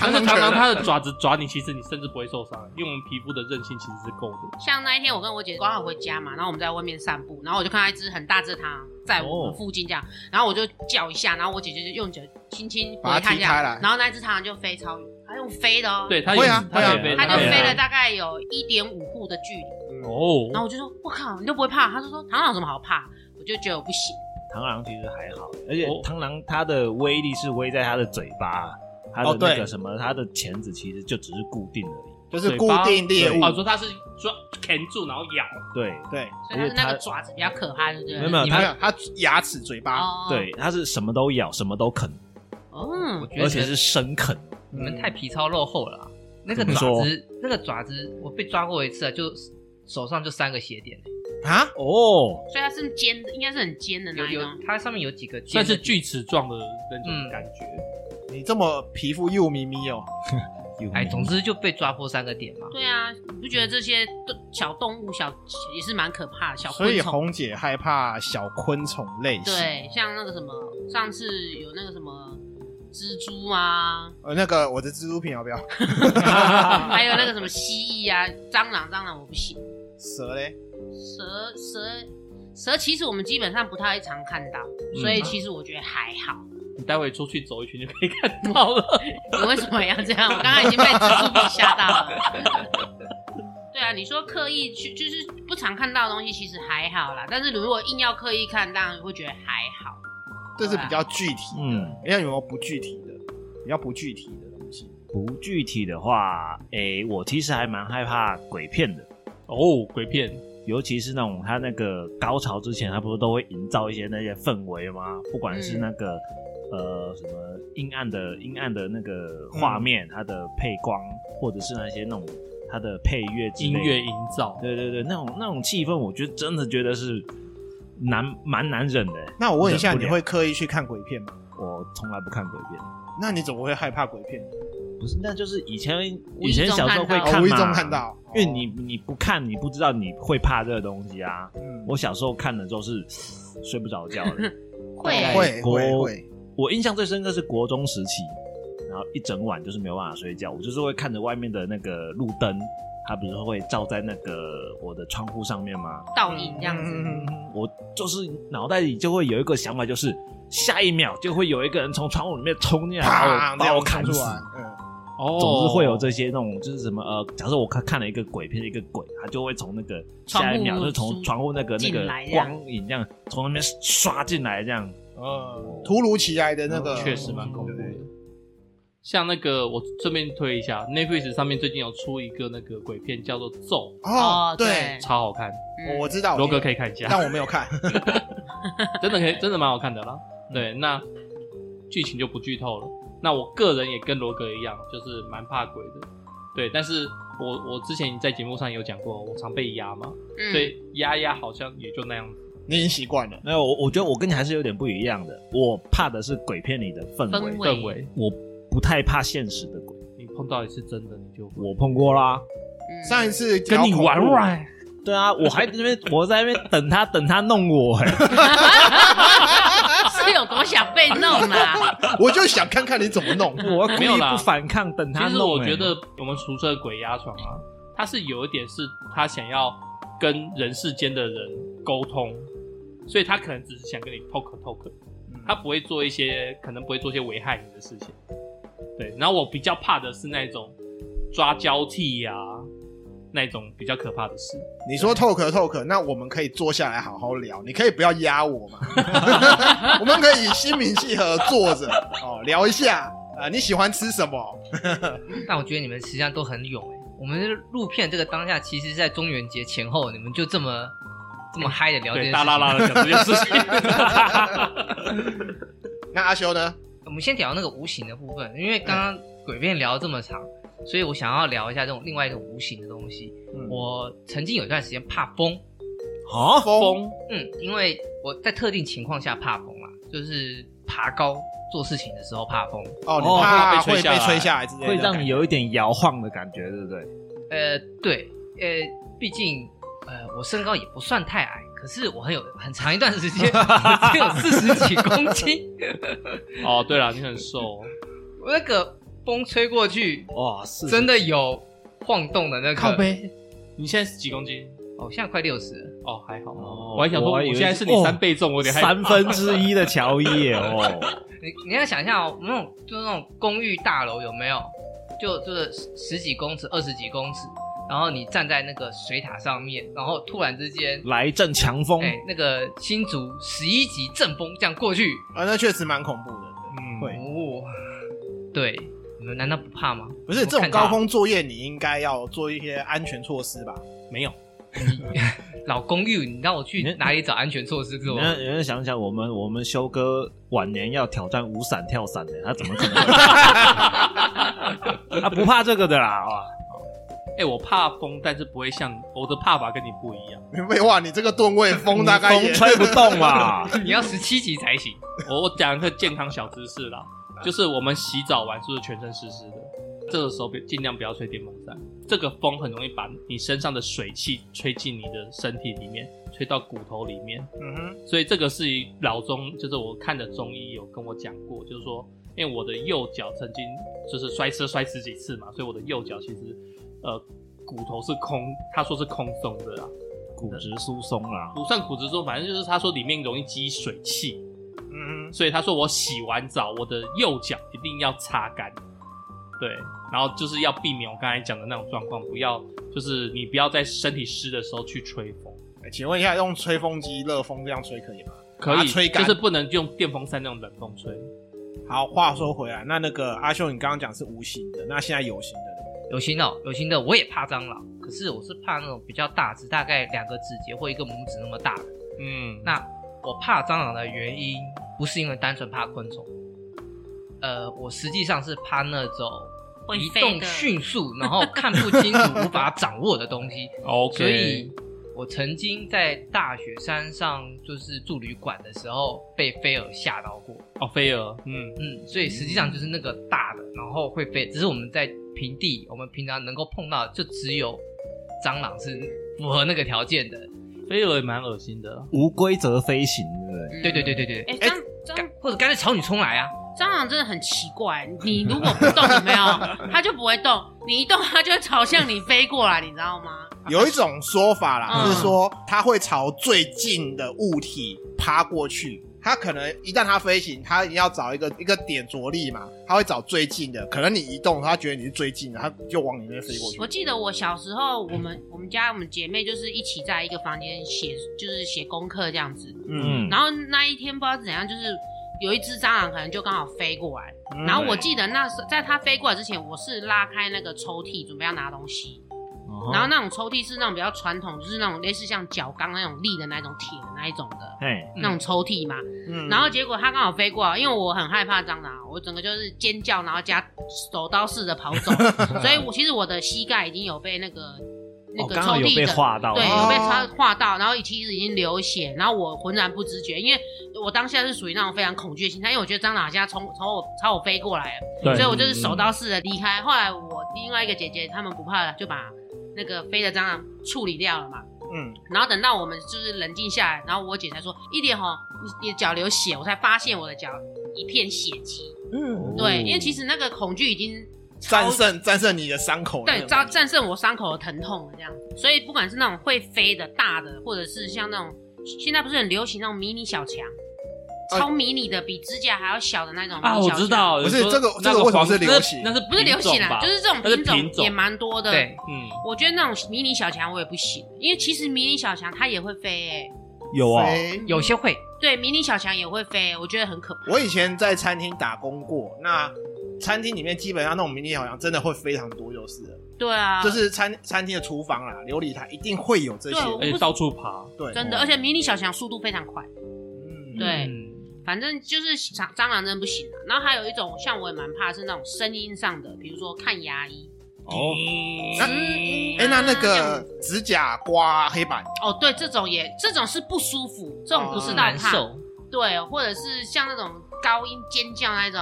A: 但是螳螂它的爪子抓你，其实你甚至不会受伤，因为我们皮肤的韧性其实是够的。
C: 像那一天我跟我姐刚好回家嘛，然后我们在外面散步，然后我就看到一只很大只的螳螂在我
E: 哦
C: 们附近这样，然后我就叫一下，然后我姐姐就用脚轻轻
E: 把
C: 回
E: 它
C: 看一
E: 踢开
C: 下
E: 来，
C: 然后那只螳螂就飞超远，它用飞的哦，
A: 对，它
E: 会啊
A: 它
E: 会啊
A: 也飞，
C: 它就
A: 也
C: 飞了大概有一点五步的距离，然
A: 哦，
C: 后我就说我靠，你都不会怕？她就说螳螂有什么好怕？我就觉得我不行，
B: 螳螂其实还好，而且
A: 哦
B: 螳螂它的威力是威在它的嘴巴，它
E: 哦
B: 的
E: 对
B: 那个什么，它的钳子其实就只是固定而已。
E: 就是固定猎物
A: 哦，，说它是抓钳住然后咬，
B: 对
E: 对，
C: 所以它
B: 而
C: 的
B: 且
C: 那个
B: 它
C: 爪子比较可怕，对不对？
B: 没有没有
E: 你
B: 它
E: 看它牙齿、嘴巴，
C: 哦，
B: 对，，它是什么都咬，什么都啃，
C: 哦
D: 我，觉得
B: 而且是生啃。
D: 你们太皮糙肉厚了啊。那个
B: 怎么
D: 爪
B: 说
D: 子，那个爪子，我被抓过一次啊，就手上就三个血点，
E: 啊，
B: 哦，
C: 所以它是尖的，应该是很尖的
D: 有
C: 那一
D: 有
C: 种。
D: 它上面有几个尖
A: 算
D: 的
A: 是
D: 点
A: 锯齿状的那种
D: 嗯
A: 感觉。
E: 你这么皮肤又咪咪哦，
D: 哎，总之就被抓破三个点嘛。
C: 对啊，你不觉得这些动小动物小也是蛮可怕的小
E: 所
C: 昆
E: 以
C: 虫？
E: 红姐害怕小昆虫类型，
C: 对，像那个什么，上次有那个什么蜘蛛啊，
E: 呃，那个我的蜘蛛品要不 要？
C: 还有那个什么蜥蜴啊、蟑螂，蟑螂我不行。
E: 蛇嘞？
C: 蛇蛇蛇，其实我们基本上不太会常看到，所以其实我觉得还好。
A: 你待会出去走一圈就可以看到了。
C: 你为什么要这样？我刚刚已经被蜘蛛给吓到了。对啊，你说刻意去就是不常看到的东西，其实还好啦。但是如果硬要刻意看，当然会觉得还好。
E: 这
C: 啊
E: 是比较具体的，
B: 嗯，
E: 你看有没有不具体的？比较不具体的东西，
B: 不具体的话，哎，我其实还蛮害怕鬼片的。
A: 哦，鬼片，
B: 尤其是那种他那个高潮之前，他不是都会营造一些那些氛围吗？不管是那个、呃什么阴暗的阴暗的那个画面，它的配光，或者是那些那种它的配乐之类
A: 音
B: 的
A: 乐，营造。
B: 对对对，那种那种气氛，我觉得真的觉得是难蛮难忍的。
E: 那我问一下，
B: 忍不
E: 你
B: 了
E: 会刻意去看鬼片吗？
B: 我从来不看鬼片，
E: 那你怎么会害怕鬼片？
B: 不是，那就是以前
C: 无意
B: 以前小时候会
C: 中看
B: 看
C: 到
E: 哦
B: 嘛，
E: 无意中看到，哦
B: 因为你你不看，你不知道你会怕这个东西啊。
E: 嗯
B: 我小时候看的时候是睡不着觉 的。
C: 会
E: 会
B: 国
E: 会会，
B: 我印象最深刻是国中时期，然后一整晚就是没有办法睡觉，我就是会看着外面的那个路灯，它不是会照在那个我的窗户上面吗？
C: 倒影这样子，
E: 嗯
B: 我就是脑袋里就会有一个想法，就是下一秒就会有一个人从窗户里面冲进来，把我
E: 啪，这
B: 把我
E: 样
B: 砍
E: 看出
B: 死。
E: 来，嗯，
A: 哦，
B: 总是会有这些那种，就是什么呃，假设我看看了一个鬼片，一个鬼，他就会从那个
C: 窗户
B: 下一秒就是从
C: 出
B: 窗户那个那
C: 进
B: 个
C: 来这样
B: 光影这样从那边刷进来这样。
E: 呃，突如其来的那
C: 哦
E: 个，
A: 确实蛮恐怖
E: 对
A: 的。像那个，我顺便推一下，Netflix 上面最近有出一个那个鬼片，叫做《咒
E: 哦
C: 哦，
E: 对，
C: 对》，
A: 超好看，
C: 嗯
E: 哦我知道，
A: 罗哥可
E: 以，
A: 以看一下，
E: 但我没有看，
A: 真的可以，真的蛮好看的啦。对，那剧情就不剧透了。那我个人也跟罗哥一样，就是蛮怕鬼的。对，但是我我之前在节目上有讲过，我常被压嘛，
C: 嗯
A: 所以压压好像也就那样子。
E: 你已经习惯了，
B: 没有，我我觉得我跟你还是有点不一样的。我怕的是鬼片里的氛围，
C: 氛围
A: 氛围，
B: 我不太怕现实的鬼。
A: 你碰到一次真的，你就会
B: 我碰过啦，
C: 嗯
E: 上一次
A: 跟你
E: 聊恐怖
A: 玩，玩。
B: 对啊，我还在那边，我在那边等他，等他弄我、哎，
C: 是有多想被弄啊啦？
E: 我就想看看你怎么弄，
B: 我故
A: 没有
B: 意
A: 啦
B: 不反抗，等他
A: 其
B: 弄、
A: 实我
B: 哎
A: 觉得我们俗称的鬼压床啊，它是有一点是他想要跟人世间的人沟通，所以他可能只是想跟你 talk talk，他不会做一些可能不会做一些危害你的事情。对，然后我比较怕的是那种抓交替呀、那种比较可怕的事。
E: 你说透壳透壳，那我们可以坐下来好好聊。你可以不要压我嘛， 我们可以心平气和坐着哦聊一下啊、你喜欢吃什么？
D: 但我觉得你们实际上都很勇哎、我们录片这个当下，其实在中元节前后，你们就这么这么嗨的聊这
A: 对，
D: 件
A: 大
D: 事
A: 啦
D: 情。
A: 啦的讲这件事情。
E: 那阿修呢？
D: 我们先聊那个无形的部分，因为刚刚鬼片聊这么长，所以我想要聊一下这种另外一个无形的东西。
A: 嗯
D: 我曾经有一段时间怕风，
B: 啊，
E: 风
A: 风
D: 嗯，因为我在特定情况下怕风啦，就是爬高做事情的时候怕风。
E: 哦，你
B: 哦
E: 怕
A: 会
E: 会
A: 被吹下来
E: 被吹下来之类的，
B: 会让你有一点摇晃的感觉，对不对？
D: 呃，对，呃，毕竟呃我身高也不算太矮，可是我很有很长一段时间 我只有四十几公斤，
A: 哦，对了，你很瘦，
D: 我那个风吹过去
B: 哇，是
D: 真的有晃动的那个，
A: 背。你现在是几公斤？
D: 哦，现在快六十了。
A: 哦，还好。
B: 哦
A: 我还想说，我
B: 我还以为
A: 现在是你
B: 哦
A: 三倍重，我得害怕
B: 三分之一的乔伊耶哦，
D: 你你要想象哦，那种就是那种公寓大楼有没有？就就是十几公尺、二十几公尺，然后你站在那个水塔上面，然后突然之间，
B: 来一阵强风
D: 哎、，那个新竹十一级阵风这样过去，
E: 啊，那确实蛮恐怖的。
A: 嗯
E: 会
D: 哦，对，你们难道不怕吗？
E: 不是
D: 我
E: 这种
D: 看到
E: 高空作业，你应该要做一些安全措施吧？
A: 没有。
D: 老公寓，你让我去哪里找安全措施给我？
B: 人家人家想想，我们我们修哥晚年要挑战无伞跳伞的，他怎么可能？ 他不怕这个的啦，哇！
A: 哎，我怕风，但是不会像我的怕法跟你不一样。
E: 废话，你这个吨位风大概也
B: 风吹不动啦。
D: 你要十七级才行。
A: 我我讲一个健康小知识啦，就是我们洗澡完是不是全身湿湿的？这个时候别尽量不要吹电风扇，这个风很容易把你身上的水汽吹进你的身体里面，吹到骨头里面。
E: 嗯哼，
A: 所以这个是老中，就是我看的中医有跟我讲过，就是说，因为我的右脚曾经就是摔车摔十几次嘛，所以我的右脚其实呃骨头是空，他说是空松的啦，
B: 骨质疏松啦，
A: 不算骨质疏，反正就是他说里面容易积水气，
E: 嗯
A: 所以他说我洗完澡，我的右脚一定要擦干，对，然后就是要避免我刚才讲的那种状况，不要就是你不要在身体湿的时候去吹风，
E: 哼。哎请问一下，用吹风机热风这样吹可以吗？
A: 可
E: 把它
A: 以，
E: 吹
A: 就
E: 干
A: 是不能用电风扇那种冷风吹。
E: 好，话说回来，那那个阿秀，你刚刚讲是无形的，那现在有形的呢
D: 有形的哦，有形的，我也怕蟑螂，可是我是怕那种比较大只，大概两个指节或一个拇指那么大的。
A: 嗯，
D: 那我怕蟑螂的原因不是因为单纯怕昆虫，呃，我实际上是怕那种
C: 会
D: 移
C: 飞
D: 动
C: 的
D: 迅速，然后看不清楚、无法掌握的东西。
A: OK，
D: 所以，我曾经在大雪山上就是住旅馆的时候被飞蛾吓到过。
A: 哦，菲儿，嗯，
D: 嗯，所以实际上就是那个大的，然后会飞，只是我们在平地，我们平常能够碰到的就只有蟑螂是符合那个条件的。
A: 菲儿也蛮恶心的。
B: 无规则飞行，对不对？
D: 对对对对对，
C: 哎，
E: 哎
C: 蟑
D: 干
C: 蟑
D: 或者干脆朝你冲来啊！
C: 蟑螂真的很奇怪，你如果不动，有没 有，它就不会动；你一动，它就会朝向你飞过来，你知道吗？
E: 有一种说法啦，
C: 啊嗯
E: 是说它会朝最近的物体趴过去。它可能一旦它飞行，它一定要找一个一个点着力嘛，它会找最近的。可能你移动，它觉得你是最近的，它就往你那边飞过去
C: 我。记得我小时候，我们我们家我们姐妹就是一起在一个房间写，就是写功课这样子。
E: 嗯，
C: 然后那一天不知道怎样，就是有一只蟑螂可能就刚好飞过来，
E: 嗯
C: 然后我记得那时候在它飞过来之前，我是拉开那个抽屉准备要拿东西，
B: 嗯
C: 然后那种抽屉是那种比较传统，就是那种类似像角缸那种立的那种铁的那一种的。
B: 嘿，
C: 那种抽屉嘛，
E: 嗯
C: 然后结果它刚好飞过来，因为我很害怕蟑螂，我整个就是尖叫，然后加手刀似的跑 走，所以我其实我的膝盖已经有被那个那
B: 哦
C: 个
B: 刚
C: 抽
B: 好有
C: 屉
B: 被
C: 的、
B: 划到，
C: 对，
E: 哦
C: 有被他划到，然后其实已经流血，然后我浑然不知觉，因为我当下是属于那种非常恐惧的心态，因为我觉得蟑螂现在冲朝我朝我飞过来了，
B: 对
C: 所以我就是手刀式的离开。后来我另外一个姐姐她们不怕了，就把那个飞的蟑螂处理掉了嘛。
E: 嗯，
C: 然后等到我们就是冷静下来，然后我姐才说一点吼，你你的脚流血，我才发现我的脚一片血迹。
B: 哦
C: 对，因为其实那个恐惧已经超
E: 战胜战胜你的伤口那
C: 对，
E: 种。
C: 战战胜我伤口的疼痛了这样。所以不管是那种会飞的大的，或者是像那种现在不是很流行那种迷你小强，超迷你的，比指甲还要小的那种
A: 啊，
C: 比
A: 我
C: 较
A: 知
C: 小
A: 道，
E: 不是
A: 你说
E: 这个
A: 那
E: 这个为什么
A: 黄
E: 是流行
A: 那那是
C: 不是流行
A: 品种
C: 啦
A: 吧，
C: 就是这种
A: 那是
C: 品种
A: 品种
C: 也蛮多的。
D: 对，
A: 嗯，
C: 我觉得那种迷你小强我也不行，因为其实迷你小强它也会飞、欸，
B: 有啊，
E: 飞
D: 有些会，
C: 对，迷你小强也会飞、我觉得很可怕。
E: 我以前在餐厅打工过，那餐厅里面基本上那种迷你小强真的会非常多，就是了
C: 对啊，
E: 就是餐餐厅的厨房啦、琉璃台一定会有这些
C: 对。我
A: 而且到处爬，
E: 对，
C: 真的，而且迷你小强速度非常快，
E: 嗯
C: 对
A: 哦嗯
C: 反正就是蟑蟑螂真的不行、啊。然后还有一种像我也蛮怕的是那种声音上的，比如说看牙医。
B: 哦，
E: 那
C: 嗯
E: 哎、那那
C: 这样
E: 个指甲刮黑板，
C: 哦，对，这种也这种是不舒服，这种不
A: 嗯
C: 是到
D: 难
C: 怕，
D: 受。
C: 对，或者是像那种高音尖叫那种，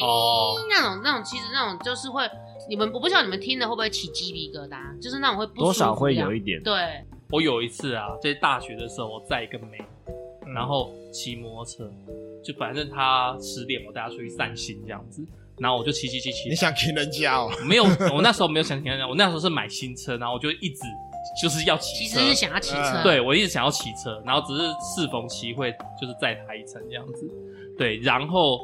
A: 哦，
C: 那种那种其实那种就是会，你们我不知道你们听了会不会起鸡皮疙瘩，就是那种会不舒服
B: 多少会
C: 这样
B: 有一点。
C: 对，
A: 我有一次啊，在大学的时候，我载一个妹，
E: 嗯
A: 然后骑摩托车，就反正她十点，我带她出去散心这样子，然后我就骑骑骑骑，
E: 你想给人家哦、
A: 没有，我那时候没有想停车，我那时候是买新车，然后我就一直就是要骑
C: 其
A: 车
C: 实，是想要骑车，
E: 嗯
A: 对我一直想要骑车，然后只是适逢其会，就是载他一程这样子。对，然后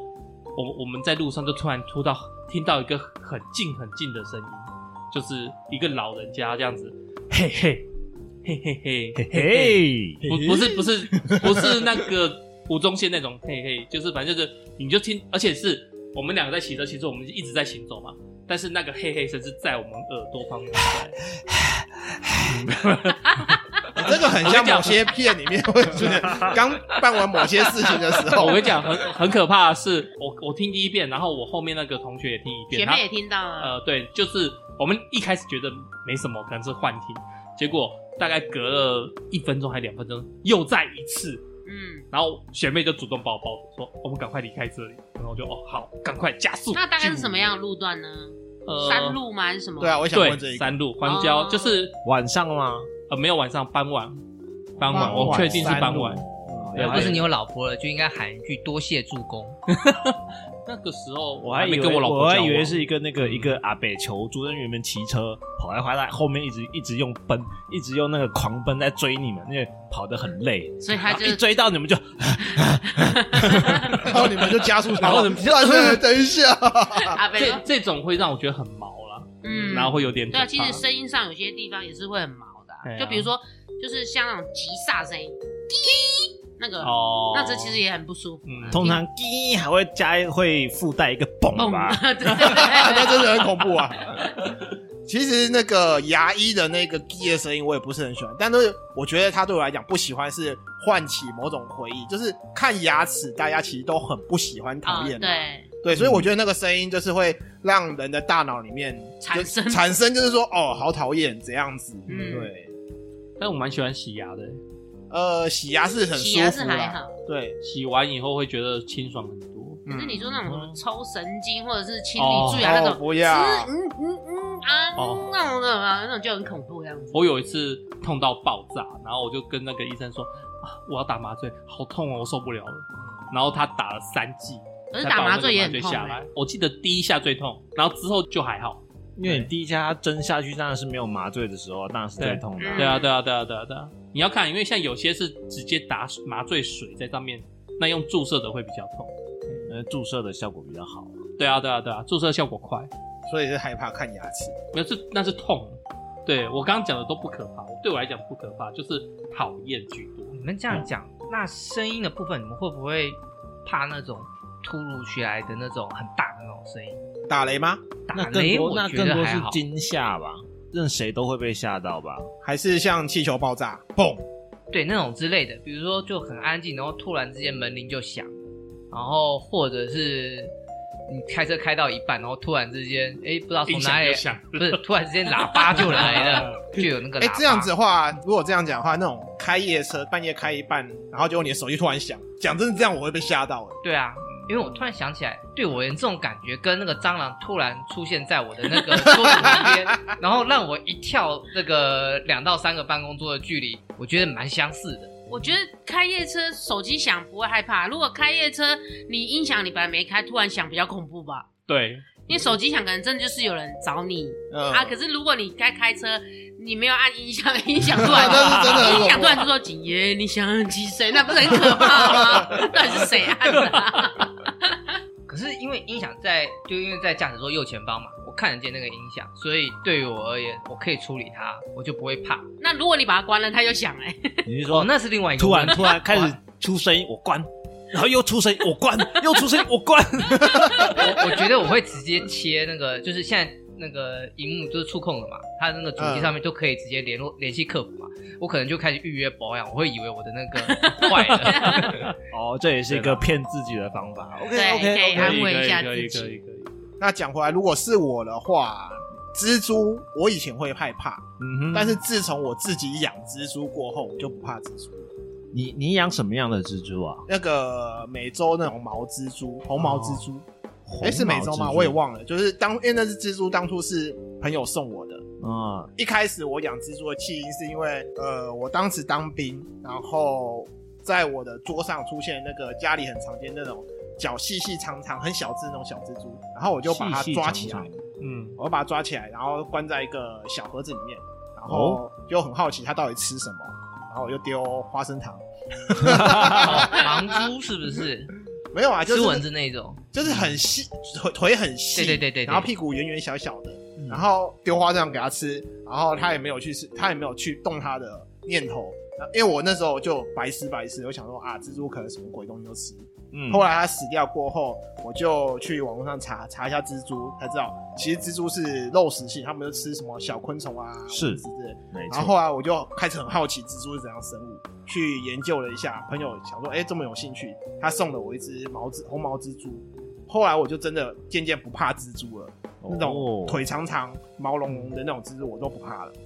A: 我我们在路上就突然突到听到一个很近很近的声音，就是一个老人家这样子，嘿嘿嘿嘿嘿
B: 嘿嘿，
A: 不不是不是不是那个吴宗宪那种，嘿嘿，就是反正就是你就听，而且是我们两个在骑车，其实我们一直在行走嘛，但是那个嘿嘿声是在我们耳朵旁边在。
E: 你这个很
A: 我跟
E: 像
A: 你讲
E: 某些片里面会出 现，刚办完某些事情的时候，
A: 我跟你 讲，很很可怕的是，我我听第一遍，然后我后面那个同学也听一遍，
C: 学
A: 他
C: 妹也听到了，
A: 呃，对，就是我们一开始觉得没什么，可能是幻听，结果大概隔了一分钟还两分钟，又再一次，
C: 嗯，
A: 然后学妹就主动把我抱住，说我们赶快离开这里，然后我就哦好，赶快加速。
C: 那大概是什么样的路段呢？
A: 呃
C: 山路吗？还是什么？
E: 对啊，我也想问这
A: 对，
E: 一个，
A: 山路荒郊、
C: 哦
A: 就是
B: 晚上吗？
A: 呃没有晚上傍晚，傍晚
E: 傍
A: 我
E: 晚
A: 确定是傍晚。
B: 哦
A: 对
D: 要不是你
B: 我
D: 有老婆了，就应该喊一句多谢助攻。
A: 那个时候
B: 还我还
A: 还
B: 以
A: 没
B: 为
A: 跟老婆
B: 我还
A: 交
B: 以为
A: 往
B: 是一个那个一个阿北求助，人员们骑车跑来回来，后面一直一直用奔，一直用那个狂奔在追你们，因为跑得很累，
C: 所以他
B: 然后
C: 就
B: 啊一追到你们就
E: 然后你们就加速，
A: 然后你
E: 们等等一下，
C: 阿北
A: 这
C: 说，
A: 这种会让我觉得很毛啦，
C: 嗯，
A: 然后会有点可
C: 对
A: 怕
C: 啊，其实声音上有些地方也是会很毛的啊、
A: 对啊
C: 就比如说，就是像那种急刹声音，滴那个，
A: 哦，
C: 那这其实也很不舒服。
A: 嗯
B: 通常滴还会加会附带一个嘣
C: 蹦，
B: 吧，
C: 对对对
E: 那真的很恐怖啊。其实那个牙医的那个 E 滴的声音，我也不是很喜欢，但是我觉得他对我来讲不喜欢是唤起某种回忆，就是看牙齿，大家其实都很不喜欢讨厌
C: 啊
E: 嘛、
C: 对，
E: 对，所以我觉得那个声音就是会让人的大脑里面
C: 产生
E: 就产生，就是说哦，好讨厌这样子。
C: 嗯
E: 对，
A: 但我蛮喜欢洗牙的，
E: 呃，洗牙是很
C: 洗
E: 舒
C: 牙是
E: 服
C: 还
E: 啦。
C: 好，
E: 对，
A: 洗完以后会觉得清爽很多。
E: 嗯
C: 可是你说那种什么抽神经或者是清
A: 哦
C: 理蛀牙那
E: 哦
C: 种，
E: 不要
C: 嗯嗯嗯啊
A: 哦
C: 那种的嘛，那种就很恐怖的样子。
A: 我有一次痛到爆炸，然后我就跟那个医生说啊，我要打麻醉，好痛哦，我受不了了。然后他打了三剂，
C: 可是打麻醉也很
A: 才把我那个麻醉下
C: 痛欸
A: 来。我记得第一下最痛，然后之后就还好。
B: 因为你第一下针下去当然是没有麻醉的时候，当然是最痛的
C: 嗯
B: 啊。
A: 对啊，对啊，对啊，对啊，对啊。你要看，因为像有些是直接打麻醉水在上面，那用注射的会比较痛。
B: 那注射的效果比较好。
A: 对啊，对啊，对啊，注射效果快。
E: 所以是害怕看牙齿。
A: 没有，这那是痛。对我刚刚讲的都不可怕，对我来讲不可怕，就是讨厌居多。
D: 你们这样讲，那声音的部分，你们会不会怕那种突如其来的那种很大的那种声音？
E: 打雷吗？
D: 打
B: 那更
D: 雷
B: 多，
D: 我
B: 那
D: 觉
B: 更
D: 得
B: 多
D: 还
B: 是
D: 好。
B: 惊吓吧，任谁都会被吓到吧。
E: 还是像气球爆炸，嘣，
D: 对那种之类的，比如说就很安静，然后突然之间门铃就响，然后或者是你开车开到一半，然后突然之间，哎，不知道从哪里，
A: 想
D: 不是突然之间喇叭就来 了，就有那个喇
E: 哎、
D: 叭。
E: 这样子的话，如果这样讲的话，那种开夜车半夜开一半，然后结果你的手机突然响，讲真的这样我会被吓到、欸。
D: 对啊，因为我突然想起来，对我而言这种感觉跟那个蟑螂突然出现在我的那个桌子 旁边，然后让我一跳那个两到三个办公桌的距离，我觉得蛮相似的。
C: 我觉得开夜车手机响不会害怕，如果开夜车你音响你本来没开，突然响比较恐怖吧。
A: 对，
C: 因为手机响可能真的就是有人找你
E: 嗯
C: 啊。可是如果你该开车，你没有按音响，音响突然
E: 那是真的很恐怖
C: 音响突然就说景爷，你想起谁？那不是很可怕吗？到底是谁按的啊？
D: 可是因为音响在，就因为在驾驶座右前方嘛，我看得见那个音响，所以对于我而言，我可以处理它，我就不会怕。
C: 那如果你把它关了，它就响哎、
B: 你是
D: 哦
B: 说，
D: 那是另外一个
B: 突
D: 问
B: 然
D: 题。
B: 突然开始出声音，我关，然后又出声音，我关，又出声音，我关。
D: 我我觉得我会直接切那个，就是现在那个荧幕就是触控的嘛，它那个主机上面都可以直接联络联系客服嘛。我可能就开始预约保养，我会以为我的那个坏了。
B: 哦，这也是一个骗自己的方法。哦
C: 对
B: OK OK，
C: 可以
A: 可以
C: 安慰一下
A: 可以可
C: 自己
A: 以可以可以。
E: 那讲回来，如果是我的话，蜘蛛我以前会害怕，
B: 嗯哼。
E: 但是自从我自己养蜘蛛过后，我就不怕蜘蛛了。
B: 你你养什么样的蜘蛛啊？
E: 那个美洲那种毛蜘蛛，红毛蜘蛛，哎、是美洲
B: 哦红毛
E: 吗？
B: 蜘蛛
E: 我也忘了。就是当因为那只蜘蛛当初是朋友送我的，
B: 啊，
E: 一开始我养蜘蛛的起因是因为，呃，我当时当兵，然后在我的桌上出现那个家里很常见那种脚细细长长、很小只那种小蜘蛛，然后我就把它
B: 细细
E: 抓
B: 长
E: 起来，
B: 长
A: 嗯，
E: 我把它抓起来，然后关在一个小盒子里面，
B: 哦
E: 然后就很好奇它到底吃什么，然后我就丢花生糖，
D: 哦盲蛛是不是？
E: 没有啊，就
D: 吃
E: 是
D: 蚊子那种，
E: 就是很细，腿腿很细，
D: 对对对对对
E: 然后屁股圆圆小小的，
B: 嗯
E: 然后丢花生给他吃，然后他也没有去吃，他也没有去动他的念头。然后因为我那时候就白吃白吃，我想说啊，蜘蛛可能什么鬼东西都吃。
B: 嗯
E: 后来它死掉过后，我就去网络上查查一下蜘蛛，才知道其实蜘蛛是肉食性，它们就吃什么小昆虫啊、
B: 是
E: 蚊子之类的。
B: 没
E: 然后
B: 错，
E: 后来我就开始很好奇蜘蛛是怎样生物，去研究了一下。朋友想说，哎、这么有兴趣，他送了我一只毛蜘红毛蜘蛛。后来我就真的渐渐不怕蜘蛛了，那种
B: 哦
E: 腿长长、毛茸茸的那种蜘蛛我都不怕了。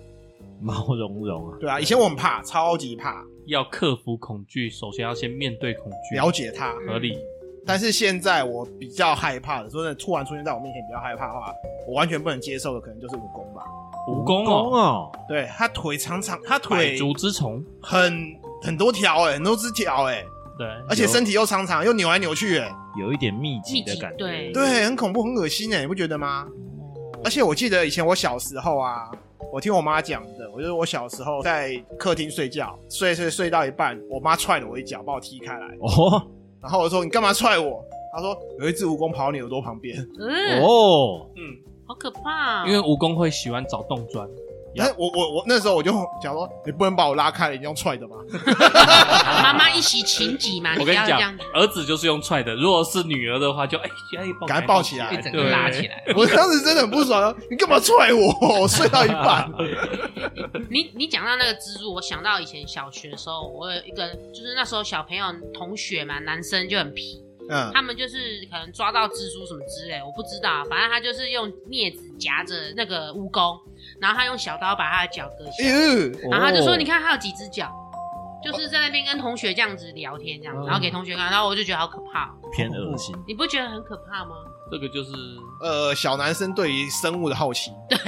B: 毛茸茸啊，
E: 对啊，以前我很怕，超级怕，
A: 要克服恐惧，首先要先面对恐惧，
E: 了解它。
A: 合理。
E: 但是现在我比较害怕的，说真的，突然出现在我面前比较害怕的话，我完全不能接受的可能就是蜈蚣吧。
A: 蜈蚣
B: 蚣
E: 啊
A: 哦，
B: 哦，
E: 对，它腿长长，它
A: 百
E: 腿
A: 足之虫，
E: 很很多条哎、很多只条哎、
A: 对，
E: 而且
B: 有
E: 身体又长长，又扭来扭去哎、
B: 有一点密集的
C: 密集
B: 感觉，
C: 对
E: 对，很恐怖，很恶心哎，你不觉得吗？
A: 哦
E: 而且我记得以前我小时候啊，我听我妈讲的，我就是我小时候在客厅睡觉，睡睡睡到一半，我妈踹了我一脚，把我踢开来，
B: 哦
E: 然后我说你干嘛踹我？她说有一只蜈蚣跑到你耳朵旁边，
C: 嗯，
B: 哦，
A: 嗯，
C: 好可怕、
A: 因为蜈蚣会喜欢找洞钻，
E: 但是我我我那时候我就想说，你不能把我拉开，你用踹的吧？
C: 妈妈一袭情急嘛，
A: 我
C: 不
A: 跟
C: 要
A: 你
C: 这
A: 讲
C: 样子，，
A: 儿子就是用踹的，如果是女儿的话，就哎，哎
E: 赶快抱起来
D: 一整个拉起来。
E: 我当时真的很不爽，啊你干嘛踹我？ 我睡到 一半，
C: 你你讲到那个蜘蛛，我想到以前小学的时候，我有一个就是那时候小朋友同学嘛，男生就很皮，
E: 嗯
C: 他们就是可能抓到蜘蛛什么之类，我不知道，反正他就是用镊子夹着那个蜈蚣，然后他用小刀把他的脚割下
E: 哎，呦，
C: 然后他就说：“
B: 哦
C: 你看他有几只脚。”就是在那边跟同学这样子聊天，这样，
E: 哦
C: 然后给同学看，然后我就觉得好可怕哦，
B: 偏恶心，
C: 你不觉得很可怕吗？
A: 这个就是
E: 呃，小男生对于生物的好奇，
C: 对，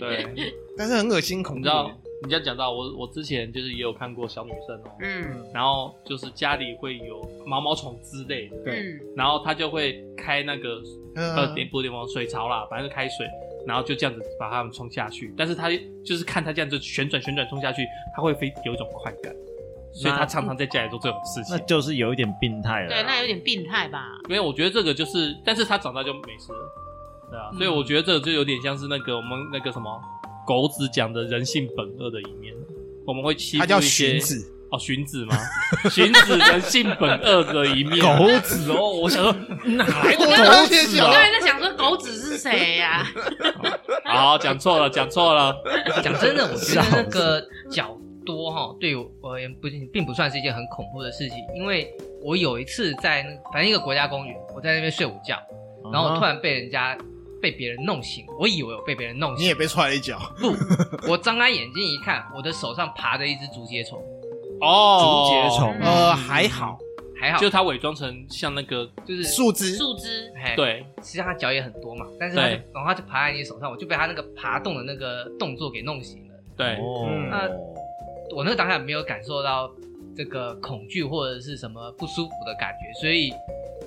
A: 对，
E: 但是很恶心
A: 你
E: 恐
A: 知
E: 怖。欸
A: 道，你这样讲到我，我之前就是也有看过小女生哦，
C: 嗯
A: 然后就是家里会有毛毛虫之类的，
E: 对
C: 嗯，
A: 然后他就会开那个呃
E: 嗯
A: 点不是点网水槽啦，反正就开水，然后就这样子把它们冲下去。但是他就是看他这样子旋转旋转冲下去，他会非有一种快感，所以他常常在家里做这种事
B: 那
A: 情。
B: 就是有一点病态了啦。啊
C: 对，那有点病态吧？
A: 因为我觉得这个就是，但是他长大就没事了，对啊，
D: 嗯
A: 所以我觉得这个就有点像是那个我们那个什么狗子讲的人性本恶的一面。我们会欺负
E: 他叫
A: 一些
E: 荀子，
A: 哦，荀子吗？ 荀子人性本恶的一 面，
B: 狗
A: 子哦，我想说哪来
E: 我刚刚先想
C: 我刚才在想说狗子是谁呀、
A: 好，讲错了，讲错了。
D: 讲真的，我觉得那个脚多哈，对我而言不仅并不算是一件很恐怖的事情，因为我有一次在那反正一个国家公园，我在那边睡午觉，
B: 嗯哼
D: 然后我突然被人家被别人弄醒，我以为我被别人弄
E: 你也
D: 醒，
E: 被踹了一脚。
D: 不，我张开眼睛一看，我的手上爬着一只竹节虫，
A: 哦，
B: 竹节虫
C: 嗯
E: 呃，还好，
D: 还好
A: 就他伪装成像那个，
D: 就是
E: 树枝
C: 树枝，
D: 哎，
A: 对，
D: 实际上它脚也很多嘛，但是它就
A: 对
D: 然后它就爬在你手上，我就被它那个爬动的那个动作给弄醒了。
A: 对，
E: 嗯
B: 哦，
D: 我那个当下没有感受到这个恐惧或者是什么不舒服的感觉，所以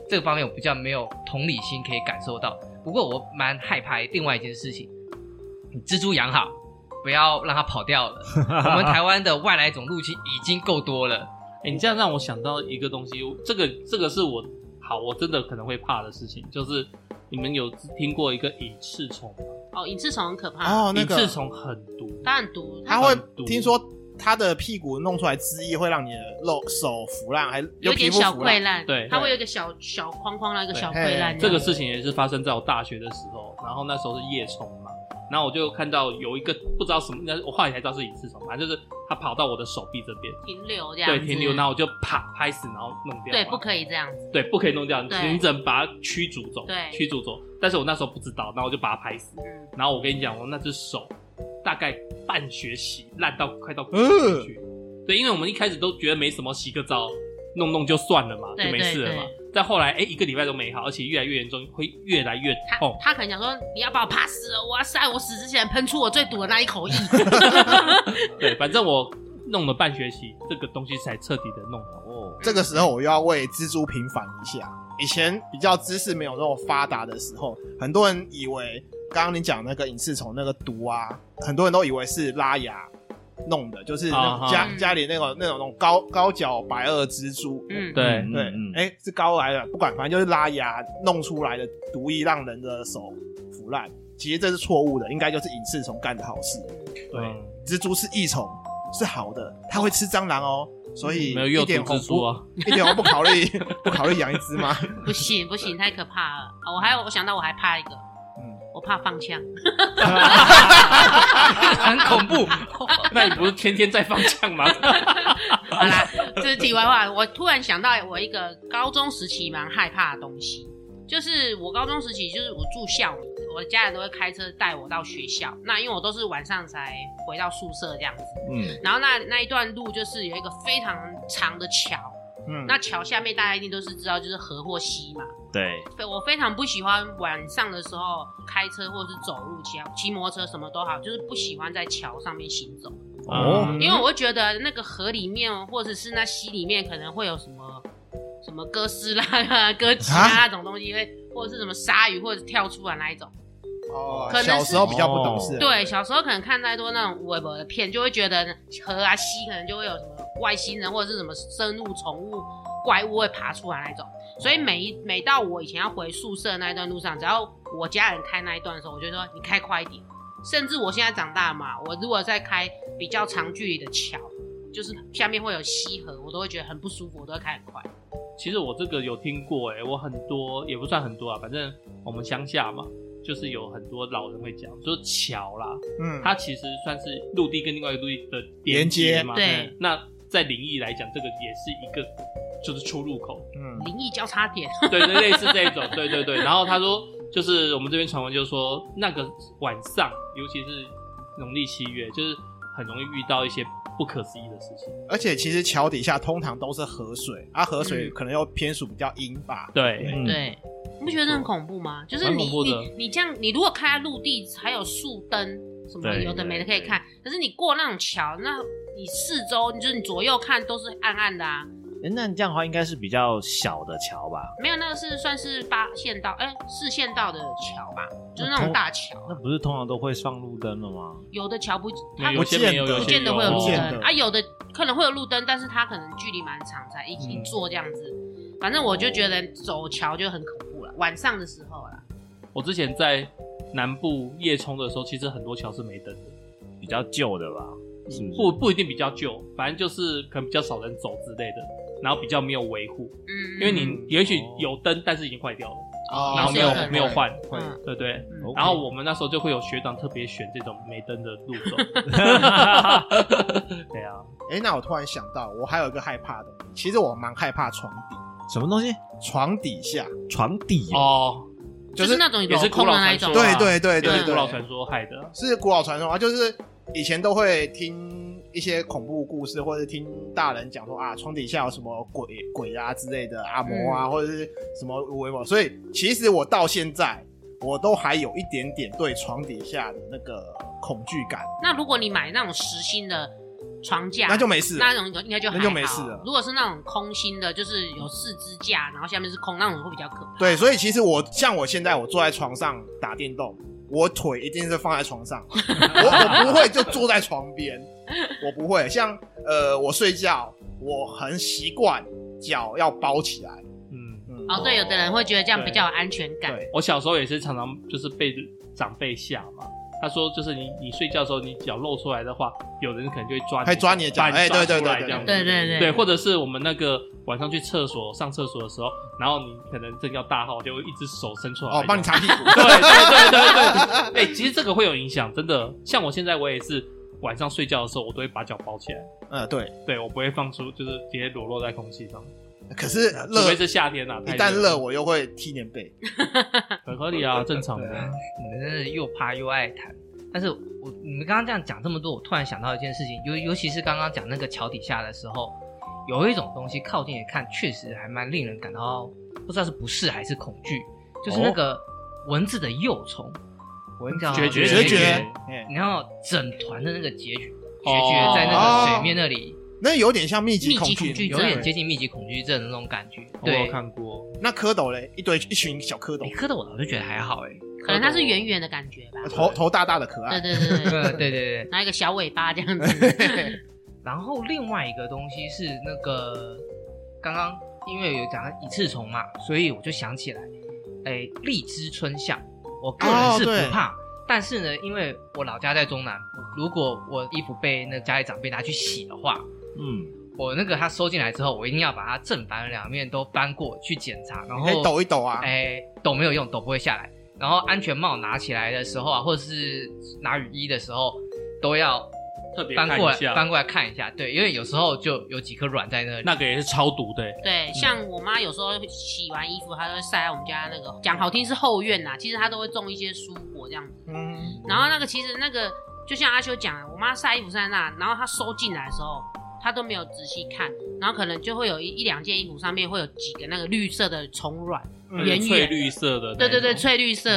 D: 这个方面我比较没有同理心可以感受到。不过我蛮害怕另外一件事情，你蜘蛛养好，不要让它跑 掉了。我们台湾的外来种入侵已经够多了，
A: 哎，你这样让我想到一个东西，这个这个是我好，我真的可能会怕的事情，就是你们有听过一个隐翅虫吗？
C: 哦，隐翅虫很可怕，
E: 哦，那
A: 隐
E: 个
A: 翅虫很毒，
C: 它很毒，
E: 它会
A: 很毒
E: 听说它的屁股弄出来汁液会让你的肉手腐烂，还
C: 有
E: 皮
C: 点
E: 肤
C: 小
E: 腐
C: 溃
E: 烂。
C: 烂，
A: 对
C: 它会有一个小小框框，那一个
A: 对
C: 小溃烂样。
A: 这个事情也是发生在我大学的时候，然后那时候是夜虫嘛，然后我就看到有一个不知道什么，那我后来才知道是隐翅虫，反正就是它跑到我的手臂这边，
C: 停留这样
A: 对，
C: 子
A: 停留，然后我就啪拍死，然后弄掉嘛，
C: 对，不可以这样子，
A: 对，不可以弄掉，
C: 对
A: 你只能把它驱逐走，
C: 对
A: 驱逐走。但是我那时候不知道，然后我就把它拍死，
C: 嗯，
A: 然后我跟你讲，我那只手大概半学期烂到快到骨
E: 嗯
A: 头去，对，因为我们一开始都觉得没什么，洗个澡弄弄就算了嘛，
C: 对
A: 就没事了嘛
C: 对。
A: 但后来哎、一个礼拜都没好，而且越来越严重，会越来越
C: 他
A: 痛。
C: 他可能想说，你要把我啪死了，哇塞，我死之前喷出我最毒的那一 口液，
A: 对，反正我弄了半学期，这个东西才彻底的弄好。
B: 哦，
E: 这个时候我又要为蜘蛛平反一下。以前比较知识没有那么发达的时候，很多人以为刚刚你讲那个隐翅虫那个毒啊，很多人都以为是拉牙弄的，就是那
A: 啊
E: 种家、
C: 哈
E: 家里那个那种那种高高脚白垩蜘蛛，
C: 嗯，
A: 对
B: 嗯
E: 对，哎、
B: 嗯嗯
E: 是高来的，不管，反正就是拉牙弄出来的毒液，让人的手腐烂。其实这是错误的，应该就是隐翅虫干的好事。对，
A: 嗯
E: 蜘蛛是益虫，是好的，它会吃蟑螂哦，所以
A: 嗯没有幼
E: 一
A: 虫
E: 点红
A: 蜘蛛啊，
E: 不，一点红不考虑不考虑养一只吗？
C: 不行不行，太可怕了。哦我还有，我想到我还怕一个，
E: 嗯，
C: 我怕放枪，
D: 很恐怖。
A: 那你不是天天在放枪吗？
C: 好啦， 这是题外话。我突然想到我一个高中时期蛮害怕的东西，就是我高中时期就是我住校嘛，我的家人都会开车带我到学校。那因为我都是晚上才回到宿舍这样子，
B: 嗯，
C: 然后那那一段路就是有一个非常长的桥，
E: 嗯，
C: 那桥下面大家一定都是知道就是河或溪嘛。
B: 对，
C: 非我非常不喜欢晚上的时候开车或是走路骑骑摩托车什么都好，就是不喜欢在桥上面行走。
B: 嗯
A: 哦
E: 哦，
C: 因为我会觉得那个河里面或者是那溪里面可能会有什么什么哥斯拉 啊、哥吉拉那种东西，会或者是什么鲨鱼或者跳出来那一种。
E: 哦
C: 可能是
E: 小时候比较不懂事，，
C: 对，小时候可能看太多那种微博的片，就会觉得河啊溪可能就会有什么外星人或者是什么生物、宠物、怪物会爬出来那种。所以每一每到我以前要回宿舍那一段路上，只要我家人开那一段的时候，我就说你开快一点。甚至我现在长大嘛，我如果在开比较长距离的桥，就是下面会有溪河，我都会觉得很不舒服，我都会开很快。
A: 其实我这个有听过、欸，哎，我很多也不算很多啊，反正我们乡下嘛，就是有很多老人会讲，就是桥啦，
E: 嗯，
A: 它其实算是陆地跟另外一个陆地的
E: 连接
A: 嘛。
C: 对，
A: 那在灵异来讲，这个也是一个就是出入口，
E: 嗯，
C: 灵异交叉点，
A: 对对，类似这一种，对对对。然后他说，就是我们这边传闻就是说，那个晚上，尤其是农历七月，就是很容易遇到一些不可思议的事情。
E: 而且其实桥底下通常都是河水，啊，河
A: 嗯
E: 水可能又偏属比较阴吧，
A: 对，
B: 嗯，
C: 对，你不觉得很恐怖吗？就是
A: 蛮
C: 你
A: 恐怖
C: 你
A: 的
C: 你这样，你如果开在陆地，还有树灯什么
B: 对
C: 有的没的可以
B: 对
C: 看，可是你过那种桥，那你四周就是你左右看都是暗暗的啊，
B: 哎，那你这样的话应该是比较小的桥吧？
C: 没有那个是算是八线道，哎、四线道的桥吧，就是那种大桥，
B: 那不是通常都会放路灯了吗？
C: 有的桥不它
A: 没有有些
E: 不见
A: 没有，
E: 得
A: 有
C: 不
A: 些
C: 见得会有
A: 有
C: 路
E: 不见
C: 灯
E: 得
C: 啊，有的可能会有路灯，但是它可能距离蛮长才一一
E: 嗯
C: 座这样子。反正我就觉得走桥就很恐怖了，晚上的时候啦。
A: 我之前在南部夜冲的时候，其实很多桥是没灯的，
B: 比较旧的吧？是不是？
A: 不不一定比较旧，反正就是可能比较少人走之类的，然后比较没有维护，
C: 嗯，
A: 因为你
E: 嗯
A: 也许有灯，但是已经坏掉了，
E: 哦
A: 然后没有
C: 也是有可能
A: 没有换，
E: 会
C: 嗯
A: 对不对？
C: 嗯
B: OK
A: 然后我们那时候就会有学长特别选这种没灯的路 走，对啊，
E: 哎，那我突然想到，我还有一个害怕的东西，其实我蛮害怕床底，
B: 什么东西？
E: 床底下，
B: 床底哦，
A: 哦，
C: 就
E: 就是
C: 是那种
A: 也是
C: 镂空
A: 古老
C: 的那一
A: 传
C: 种
A: 说，
E: 对对对
A: 也
E: 对
A: 是古
E: 对，
A: 老传说害的，
E: 是古老传说啊，就是以前都会听一些恐怖故事，或者听大人讲说啊，床底下有什么鬼鬼啊之类的阿魔啊，或者是什么鬼魔，所以其实我到现在我都还有一点点对床底下的那个恐惧感。
C: 那如果你买那种实心的床架，
E: 那就没事了。
C: 那种应该就还
E: 那
C: 好
E: 就没事了
C: 如果是那种空心的，就是有四支架，然后下面是空，那种会比较可怕。
E: 对，所以其实我像我现在我坐在床上打电动，我腿一定是放在床上，我我不会就坐在床边，我不会。像呃，我睡觉我很习惯脚要包起来，
A: 嗯，
E: 嗯，
C: 哦，对，有的人会觉得这样比较有安全感。
E: 对
A: 我小时候也是常常就是被长辈吓嘛。他说，就是你你睡觉的时候，你脚露出来的话，有人可能就会抓你，
E: 还抓你的脚
A: 把你
E: 哎
A: 抓
E: 对对
A: 出来
E: 对对
A: 这样子
C: 对对对
A: 对，或者是我们那个晚上去厕所上厕所的时候，然后你可能正要大号，就会一只手伸出来
E: 哦，帮你擦屁股，
A: 对对对对对，哎、其实这个会有影响，真的。像我现在我也是晚上睡觉的时候，我都会把脚包起来，
E: 呃，对。
A: 对我不会放出，就是直接裸露在空气上，
E: 可是
A: 除
E: 热
A: 非是夏天啊，
E: 一
A: 太
E: 旦热，我又会踢棉被。
A: 很合理啊，正常
D: 对
A: 的。
D: 啊，你们真的是又怕又爱谈。但是我你们刚刚这样讲这么多，我突然想到一件事情，尤尤其是刚刚讲那个桥底下的时候，有一种东西靠近也看，确实还蛮令人感到不知道是不适还是恐惧，就是那
A: 哦
D: 个蚊子的幼虫，蚊叫
A: 决绝
E: 决
A: 决
E: 绝，哎
D: 然后整团的那个结局，
A: 哦
D: 结局在那个水面那里，
E: 那有点像密集
C: 密集
E: 恐
C: 恐惧
E: 惧
D: 有
C: 症
D: 点接近密集恐惧症的那种感觉。
A: 哦我有
D: 对，
A: 看过，
E: 那蝌蚪嘞，一堆一群小蝌
D: 你
E: 蚪，
D: 磕的我倒是觉得还好哎，
C: 可能它是圆圆的感觉吧。
E: 呃头啊嗯头大大的可
C: 对
E: 爱。
C: 对对对，
D: 呃，对对对，
C: 然后一个小尾巴这样
E: 嗯
C: 子。
D: 然后另外一个东西是那个刚刚因为有讲到一次虫嘛，所以我就想起来，哎，荔枝春夏，我个人
E: 哦
D: 是
E: 对
D: 不怕，但是呢，因为我老家在中南，如果我衣服被那家里长辈拿去洗的话，
B: 嗯，
D: 我那个他收进来之后，我一定要把它正反两面都翻过去检查，然
E: 可以
D: 后
E: 抖一抖啊，
D: 哎，抖没有用，抖不会下来。然后安全帽拿起来的时候啊，或者是拿雨衣的时候，都要
A: 特别
D: 翻
A: 看
D: 过
A: 一
D: 来
A: 下，
D: 翻过来看一下，对，因为有时候就有几颗卵在那里。
A: 那个也是超毒的、
C: 对，像我妈有时候洗完衣服，她都会晒在我们家那个，讲好听是后院呐、其实她都会种一些蔬果这样子。
E: 嗯，
C: 然后那个其实那个就像阿修讲的，我妈晒衣服晒在那，然后她收进来的时候，她都没有仔细看，然后可能就会有一一两件衣服上面会有几个那个绿色的虫卵，
E: 嗯
C: 圆
A: 翠
C: 圆
A: 绿色的那种，
C: 对对对，翠绿色，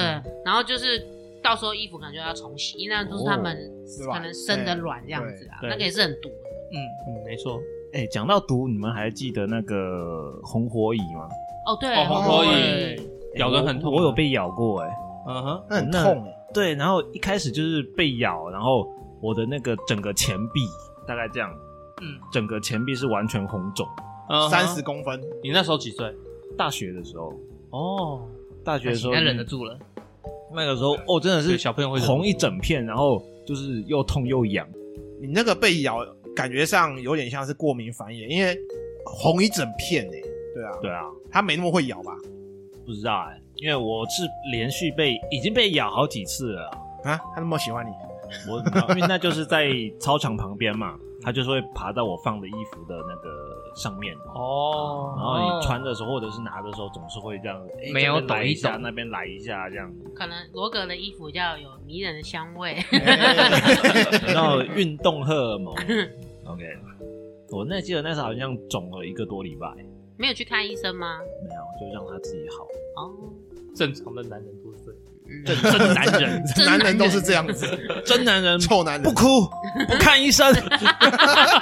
C: 然后就是到时候衣服可能就要重洗，因为那都是他们
E: 是吧
C: 可能生的卵这样子啊，
A: 对对
C: 那个也是很毒的。
D: 嗯，
A: 嗯，没错。
B: 哎，讲到毒，你们还记得那个红火蚁吗？
C: 哦，对，
A: 哦
E: 红
C: 火
E: 火
A: 蚁
B: 哎
A: 咬得很痛啊
B: 我我有被咬过哎，
A: 嗯哼，
E: 那很
B: 那
E: 痛哎。
B: 对，然后一开始就是被咬，然后我的那个整个前臂大概这样，
D: 嗯，
B: 整个前臂是完全红肿。
A: 嗯哼
E: 三十，公分，
A: 你那时候几岁？
B: 大学的时候，
A: 哦，
B: 大学
D: 还
B: 的时
D: 行
B: 候
D: 还忍 得住了。
B: 那个时候哦，真的
A: 对
B: 是
A: 小朋友会忍
B: 红一整片，然后就是又痛又痒。
E: 你那个被咬，感觉上有点像是过敏反应，因为红一整片哎。对啊，
B: 对啊，
E: 它没那么会咬吧？
B: 不知道哎、因为我是连续被已经被咬好几次了啊。
E: 啊，它那么喜欢你，
B: 我因为那就是在操场旁边嘛，它就是会爬到我放的衣服的那个上面。
A: 哦，
B: 然后你穿的时候或者是拿的时候，总是会这样，哎
D: 没有
B: 这边来
D: 抖一
B: 一下，
D: 抖
B: 那边来一下这样。
C: 可能罗格的衣服要有迷人的香味，
B: 然后运动荷尔蒙。OK，我那记得那时候好像肿了一个多礼拜，
C: 没有去看医生吗？
B: 没有，就让它自己好。
C: 哦，
A: 正常的男人多岁，
C: 嗯
B: 正正男人，
C: 真
E: 男
C: 男
E: 人都是
C: 人
E: 这样子，
B: 真男人
E: 臭男
B: 不
E: 人，
B: 哭不看医生。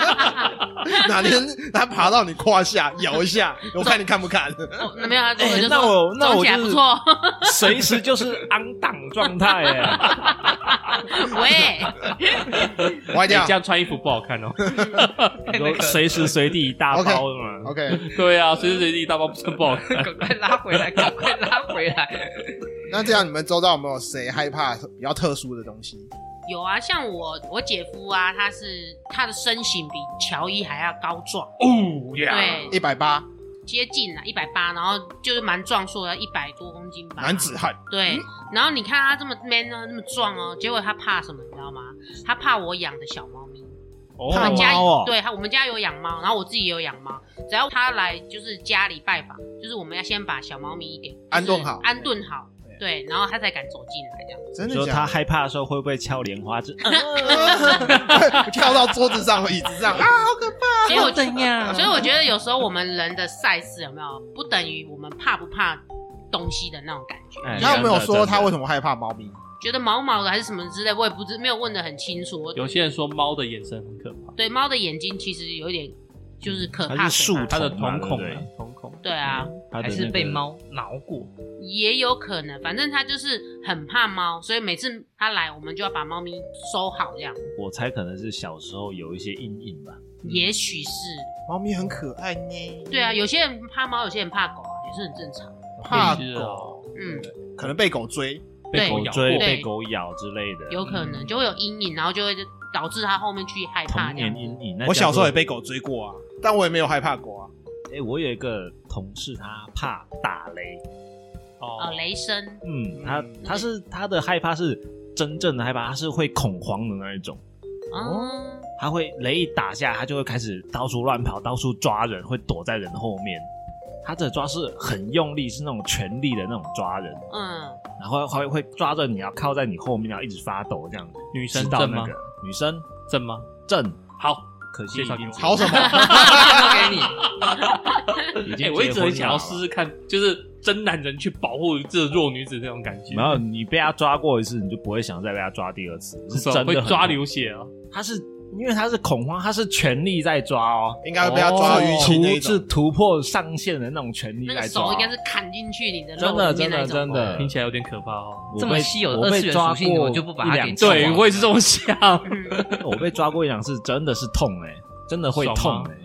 E: 哪天他爬到你胯下咬一下，我看你看不看？
C: 哦那没有，他这个
B: 哎
C: 就
B: 那
C: 说
B: 我那
C: 走
B: 我
C: 起来
B: 就
C: 不
B: 是
C: 错。
B: 随时就是昂档状态哎。
C: 喂，
E: 歪
A: 你
E: 掉
A: 这样穿衣服不好看 哦。
B: 你说随时随地一大包的嘛。
E: ，OK。
A: 对啊，随时随地大包真不好看。
D: 赶快拉回来，赶快拉回来。
E: 那这样你们周遭有没有谁害怕比较特殊的东西？
C: 有啊，像我我姐夫啊，他是他的身形比乔伊还要高壮，
A: 哦
C: 对，
E: 一百八
C: 接近了一百八，然后就是蛮壮硕的，一百多公斤吧。
E: 男子嗯汉，
C: 对，然后你看他这么 man 哦，那么壮哦，结果他怕什么，你知道吗？他怕我养的小猫咪。
A: 哦
C: 我
B: 怕
C: 们家
B: 猫哦
C: 对，他我们家有养猫，然后我自己也有养猫。只要他来就是家里拜访，就是我们要先把小猫咪给就是
E: 安顿好
C: 安顿好，对，然后他才敢走进来这样。
E: 真
B: 你
E: 的
B: 说他
E: 假
B: 害怕的时候会不会敲莲花指？
E: 的？跳到桌子上、椅子上啊！
C: 所以我怎样？所以我觉得有时候我们人的赛事有没有不等于我们怕不怕东西的那种感觉？
B: 哎
E: 他有没有说他为
B: 真的真的
E: 什么害怕猫咪？
C: 觉得毛毛的还是什么之类，我也不知没有问的很清楚。我
A: 有些人说猫的眼神很可怕，
C: 对，猫的眼睛其实有点就是可怕
B: 它是
C: 可
B: 树
C: 怕
A: 它的
B: 瞳嘛
A: 瞳孔啊
B: 对不对，
A: 瞳孔，
C: 对啊，
B: 它的
D: 还是
B: 那
D: 被
B: 个
D: 猫挠 过，
C: 也有可能，反正它就是很怕猫，所以每次它来，我们就要把猫咪收好，这样。
B: 我猜可能是小时候有一些阴影吧。
C: 也许是
E: 猫咪很可爱呢，
C: 对啊，有些人怕猫，有些人怕狗啊，也是很正常。
E: 怕
A: 电击的啊
E: 狗，
C: 嗯，
E: 可能被狗追，
A: 被
C: 对
A: 狗
B: 狗
A: 咬
B: 追、
A: 过，
C: 对
B: 被狗咬之类的，
C: 有可能就会有阴影，然后就会导致它后面去害怕
B: 童
C: 这样
B: 年。阴影。那
E: 我
B: 叫
E: 小时候
B: 做
E: 也被狗追过啊，但我也没有害怕过啊。
B: 哎、我有一个同事，他怕打雷。
C: 哦，
A: 哦，
C: 雷声，
B: 嗯，他
E: 嗯
B: 他是他的害怕是真正的害怕，他是会恐慌的那一种。
C: 嗯，
B: 他会雷一打下，他就会开始到处乱跑，到处抓人，会躲在人后面。他的抓是很用力，是那种全力的那种抓人，
C: 嗯，
B: 然后会会抓着你要靠在你后面，然后一直发抖这样子。
A: 女生
B: 直到
A: 正
B: 那
A: 吗
B: 个？女生
A: 正吗？
B: 正，
A: 好，
B: 可惜
A: 介
B: 已
A: 绍给
B: 经
A: 我。
E: 好什么？
D: 交给你。
B: 已
A: 哎、
B: 经
A: 我一直
B: 结
A: 很
B: 婚
A: 想要
B: 了
A: 试试看，就是真男人去保护这弱女子那种感觉，
B: 然后你被他抓过一次，你就不会想再被他抓第二次，是啊
A: 是吧
B: 真的
A: 会
B: 很
A: 抓
B: 恐
A: 流血啊。
B: 他是因为他是恐慌，他是全力在抓哦，
E: 应该会被它抓
A: 哦
E: 到淤青
B: 突
E: 那一
B: 是
E: 种。
B: 突破上限的那种全力
C: 那个
B: 在抓
C: 手
B: 哦，
C: 应该是砍进去你的
B: 真
C: 肉
B: 的
C: 里
B: 真
C: 面那
B: 的
C: 一种。
B: 真的
A: 听起来有点可怕哦。
B: 我
D: 这
B: 被
D: 么稀有的
B: 我
D: 二
B: 被
D: 次元
B: 抓
D: 属性你
B: 过
D: 们就不把
B: 一
D: 它
B: 两
D: 给
B: 次
D: 抓
A: 对，
D: 吗
A: 我也是这么想。
C: 嗯
B: 我被抓过一两次，真的是痛哎、真的会
A: 爽
B: 痛
A: 吗
B: 哎、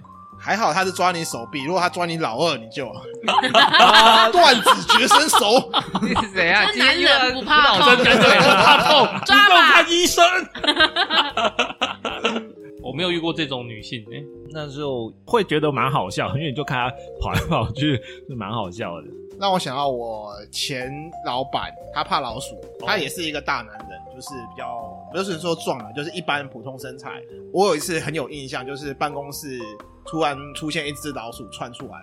E: 还好它是抓你手臂，如果它抓你老二，你就啊断子绝孙手。
D: 你是谁啊？
C: 这
D: 今天又要
C: 男人不怕
D: 老
C: 痛
D: 真 的
A: 怕痛，
C: 抓
A: 你
C: 吧
A: 给我看医生。 我没有遇过这种女性哎、
B: 那时候会觉得蛮好笑，因为你就看他跑来跑去，是蛮好笑的。
E: 让我想到我前老板，他怕老鼠，他也是一个大男人，就是比较不是说壮了，就是一般普通身材。我有一次很有印象，就是办公室突然出现一只老鼠窜出来，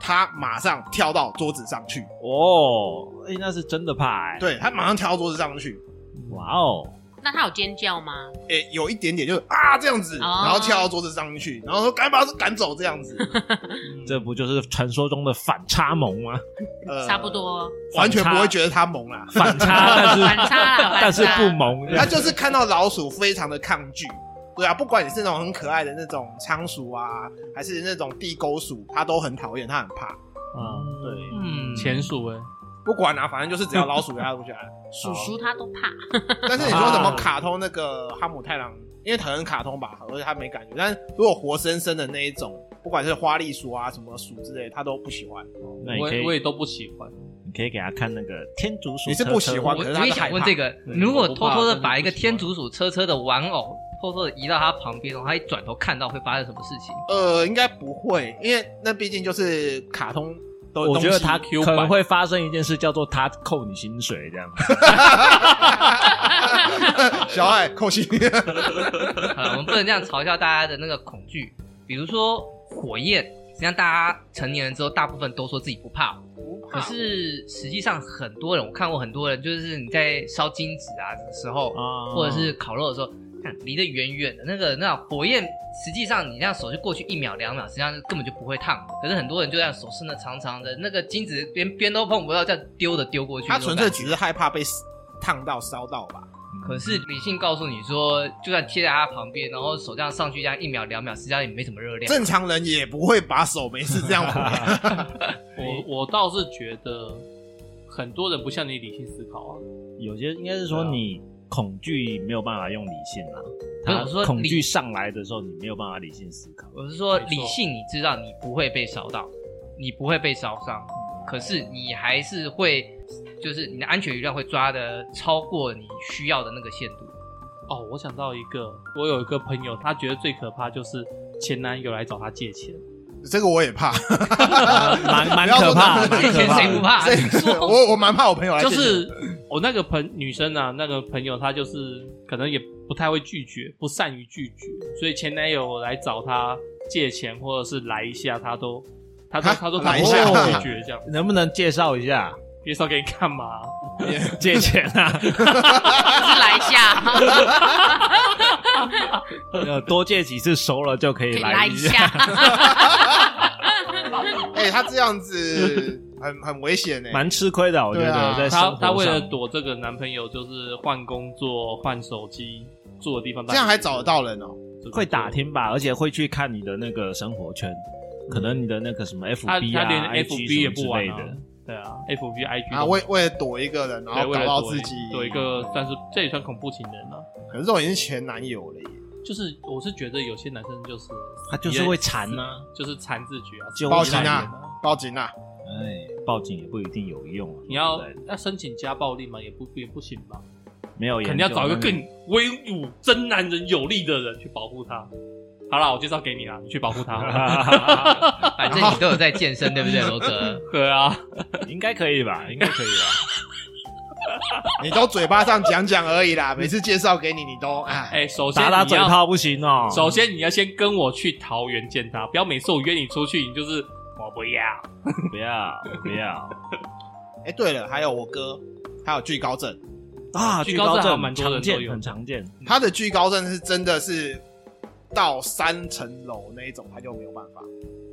E: 他马上跳到桌子上去，
B: 哦，哎、那是真的怕哎、
E: 对他马上跳到桌子上去，
B: 哇哦，
C: 那它有尖叫吗？
E: 诶、有一点点就是啊这样子，
C: 哦
E: 然后跳到桌子上去，然后说赶紧把它赶走这 样子，嗯
B: 这不就是传说中的反差萌吗？
E: 呃
C: 差不，多，
E: 完全不会觉得他萌啦，
B: 反差，但是
C: 反差啦，
B: 但是
C: 反差
B: 不萌，
E: 他就是看到老鼠非常的抗拒。对啊，不管你是那种很可爱的那种仓鼠啊，还是那种地沟鼠，他都很讨厌，他很怕。
B: 嗯，对。
D: 嗯，
A: 前数哎，
E: 不管啊，反正就是只要老鼠给他啊东西来。
C: 叔叔他都怕。
E: 但是你说什么卡通那个哈姆太郎，因为可能卡通吧，而且他没感觉。但是如果活生生的那一种，不管是花栗鼠啊什么鼠之类，他都不喜欢。
B: 那你
A: 嗯我
B: 可
A: 也我也
B: 以，
A: 都不喜欢。
B: 你可以给他看那个天竺鼠车车。
E: 你是不喜欢
D: 我
E: 可是他
D: 我也
E: 是害
D: 想问
E: 怕
D: 这个，
A: 对
D: 如果
A: 我不怕
D: 偷偷的
A: 但是
D: 把一
A: 不
D: 个
A: 喜欢
D: 天竺鼠车车的玩偶偷偷的移到他旁边，然后他一转头看到，会发生什么事情？
E: 呃，应该不会，因为那毕竟就是卡通的
B: 我觉得他
E: 东西
A: Q
B: 可
A: 版
B: 能会发生一件事，叫做他扣你薪水这样。
E: 小爱扣 心。
D: 呃，我们不能这样嘲笑大家的那个恐惧。比如说火焰，实际上大家成年人之后，大部分都说自己不怕火，可是实际上很多人，我看过很多人，就是你在烧金纸啊的时候，
E: 哦
B: 啊
D: 或者是烤肉的时候，看离得远远的那个那火焰，实际上你这样手就过去一秒两秒，实际上根本就不会烫。可是很多人就这样手伸的长长的，那个金子边边都碰不到，这样丢的丢过去。
E: 他纯粹只
D: 那种
E: 是害怕被烫到、烧到吧？
B: 嗯
D: 感觉可是理性告诉你说，就算贴在他旁边，然后手这样上去，这样一秒两秒，实际上也没什么热量。
E: 正常人也不会把手没事这样挥。
A: 我我倒是觉得很多人不像你理性思考啊，
B: 有些应该是说
A: 对啊
B: 你恐惧没有办法用理性啦，
D: 不是
B: 他
D: 我说
B: 恐
D: 理
B: 惧上来的时候，你没有办法理性思考。
D: 我是说
A: 没错
D: 理性，你知道你不会被烧到，你不会被烧伤，可是你还是会，就是你的安全余量会抓的超过你需要的那个限度。
A: 哦，我想到一个，我有一个朋友，他觉得最可怕就是前男友来找他借钱。
E: 这个我也怕，
B: 蛮蛮
E: 不要说
B: 可怕，
E: 男
B: 蛮
D: 借
E: 人
B: 可
D: 钱
B: 怕
D: 谁不
B: 的。
D: 怕？
E: 这
D: 你
E: 个
D: 说
E: 我我蛮怕我朋友来
A: 就
E: 借钱的，
A: 是我那个朋女生啊，那个朋友她就是可能也不太会拒绝，不善于拒绝，所以前男友来找她借钱或者是来一下，她都她都
E: 啊
A: 她都
E: 来
B: 一下
A: 她都拒绝这样，
B: 能不能介绍一下
A: 介绍给你干 嘛？
B: 借钱啊？
C: 是来一下，
B: 呃多借几次熟了就可以
C: 来
B: 一
C: 一
B: 下。
C: 下。
E: 哎、他这样子很很危险欸呢、
B: 蛮吃亏的，我觉
E: 对
B: 得
E: 啊
B: 在
A: 她
B: 生活
A: 她为了
B: 上
A: 躲这个男朋友，就是换工作、换手机，住的地方，
E: 这样还找得到人哦、
A: 这个
B: 会打
A: 就
B: 听吧，而且会去看你的那个生活圈，可能你的那个什么 FB
A: 嗯他
B: 啊、
A: 他连
B: IG
A: FB 也
B: 什么之
A: 不玩
B: 类
A: 啊
B: 的。
A: 对啊，FB、IG
E: 啊，
A: 都
E: 为为了躲一个人，然
A: 对
E: 后
A: 为
E: 搞
A: 了
E: 到
A: 躲
E: 自
A: 一
E: 己
A: 躲一，个算是这也算恐怖情人了、
E: 可是这种已经前男友了耶，
A: 就是我是觉得有些男生就是
B: 他就是会缠啊，
A: 就是缠自己啊，
B: 纠缠
E: 报警
A: 啊
E: 啊！报警啊！
B: 哎，报警也不一定有用啊。
A: 你要
B: 对不对
A: 要申请家暴令嘛，也不也不行吧？
B: 没有研究，
A: 肯定要找一个更威武、真男人有力的人去保护他。好啦，我介绍给你啦，你去保护 他。
D: 反正你都有在健身，对不对，罗哲？
A: 对啊，
B: 应该可以吧？应该可以吧？
E: 你都嘴巴上讲讲而已啦，每次介绍给你，你都哎，
A: 哎、首 先
B: 打打
A: 你
B: 嘴
A: 要
B: 炮不行哦。
A: 首先你要先跟我去桃园见他，不要每次我约你出去，你就是我不要。
B: 不要不要
E: 哎，对了，还有我哥，还有惧高症，
B: 啊！
A: 居
B: 居
A: 高
B: 高
A: 症还
B: 症
A: 蛮
B: 蛮
A: 多人
B: 常
A: 都有
B: 见，很常见。
A: 嗯
E: 他的惧高症是真的是到三层楼那一种，他就没有办法，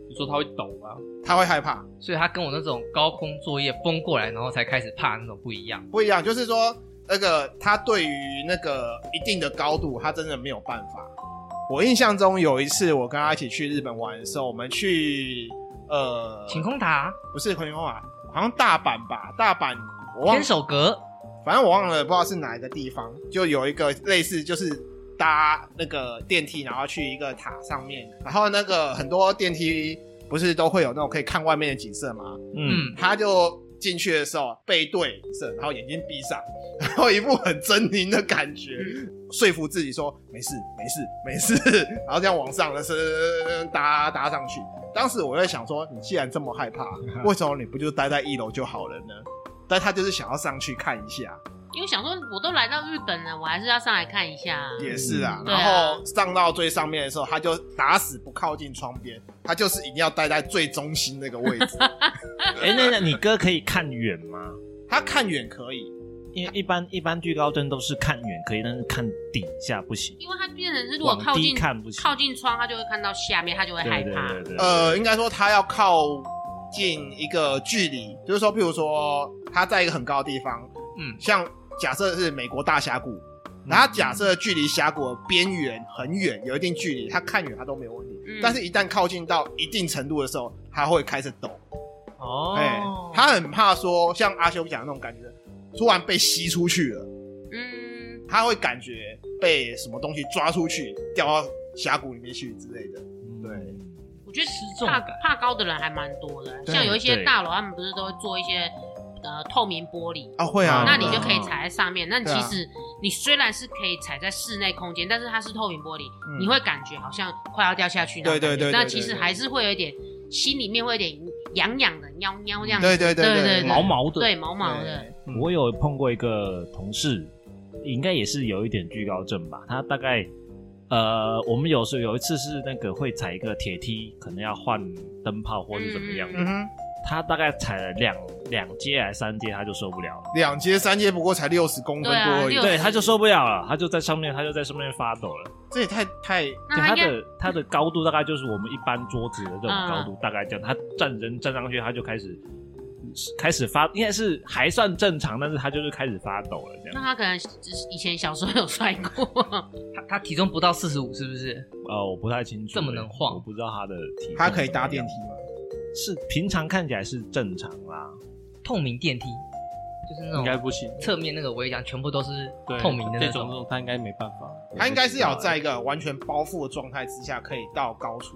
A: 你说他会抖吗？
E: 他会害怕，
D: 所以他跟我那种高空作业崩过来，然后才开始怕那种不一样。
E: 不一样，就是说那个他对于那个一定的高度，他真的没有办法。我印象中有一次，我跟他一起去日本玩的时候，我们去呃，
D: 晴空塔、
E: 不是晴空啊，好像大阪吧，大阪我忘
D: 天，守阁，
E: 反正我忘了，不知道是哪一个地方，就有一个类似就是搭那个电梯，然后去一个塔上面，然后那个很多电梯不是都会有那种可以看外面的景色吗？
B: 嗯，
D: 嗯，
E: 他就进去的时候背对着，然后眼睛闭上，然后一副很狰狞的感觉，说服自己说没事没事没事，然后这样往上的是搭搭上去。当时我在想说，你既然这么害怕，为什么你不就待在一楼就好了呢？但他就是想要上去看一下，
C: 因为想说我都来到日本了，我还是要上来看一下啊。
E: 也是啊。
C: 嗯
E: 然后上到最上面的时候，他就打死不靠近窗边，他就是一定要待在最中心那个位置。
B: 哎，那那你哥可以看远吗？
E: 他看远可以，
B: 因为一般一般居高症都是看远可以，但是看底下不行。
C: 因为他变成是如果
B: 往
C: 靠
B: 低
C: 近
B: 看不行
C: 靠近窗，他就会看到下面，他就会
B: 对
C: 害
B: 对
C: 怕。
B: 对对，
E: 呃，应该说他要靠近一个距离，就是说，譬如说他在一个很高的地方，
D: 嗯，
E: 像假设是美国大峡谷，
C: 嗯
E: 那他假设距离峡谷的边缘很远，有一定距离，他看远他都没有问题，
C: 嗯
E: 但是一旦靠近到一定程度的时候，他会开始抖，
D: 哦，
E: 哎、他很怕说像阿修讲的那种感觉，突然被吸出去了，
C: 嗯，
E: 他会感觉被什么东西抓出去，掉到峡谷里面去之类的，
B: 嗯
E: 对。
C: 我觉得
D: 重
C: 怕
D: 感
C: 怕高的人还蛮多的，
E: 对
C: 像有一些
B: 对
C: 大楼，他们不是都会做一些呃透明玻璃，
E: 啊，会啊，
C: 那你就可以踩在上面。那你
E: 对
C: 其
E: 啊
C: 实你虽然是可以踩在室内空间，但是它是透明玻璃，
E: 嗯
C: 你会感觉好像快要掉下去那
E: 对
C: 种
E: 对
C: 感觉
E: 对对
C: 但
E: 对
C: 其实
E: 对
C: 还是会有一点心里面会有点痒痒的、喵喵这样子。
E: 对对对
C: 对对
A: 毛毛的，
C: 对，毛毛的
E: 对，
A: 嗯
B: 我有碰过一个同事，应该也是有一点惧高症吧。他大概呃，我们有时候有一次是那个会踩一个铁梯，可能要换灯泡或是怎么样的。
E: 嗯哼。
B: 他大概踩了两两阶还是三阶，他就受不了了。
E: 两阶三阶不过才六十公分
C: 对啊
E: 多而已，
C: 六
B: 对，他就受不了了，他就在上面，他就在上面发抖了。
E: 这也太太
B: 对
C: 那它
B: 他
C: 应该
B: 的他的高度大概就是我们一般桌子的这种高度，大概这样。他站人站上去，他就开始开始发，应该是还算正常，但是他就是开始发抖了这
C: 那
B: 样。
C: 他可能以前小时候有摔过，
D: 他他体重不到四十五，是不是？
B: 呃，我不太清楚
D: 这么能晃
B: 我不知道他的体重
E: 他可以
B: 怎
E: 搭
B: 么
E: 电
B: 样
E: 梯吗？
B: 是平常看起来是正常啦，
D: 透明电梯，就是那
A: 应该
D: 种
A: 不行。
D: 侧面那个围墙全部都是
A: 对，
D: 透明的
A: 这
D: 那
A: 种这
D: 种。
A: 种他应该没办法。
E: 他应该是要在一个完全包覆的状态之下，可以到 高处。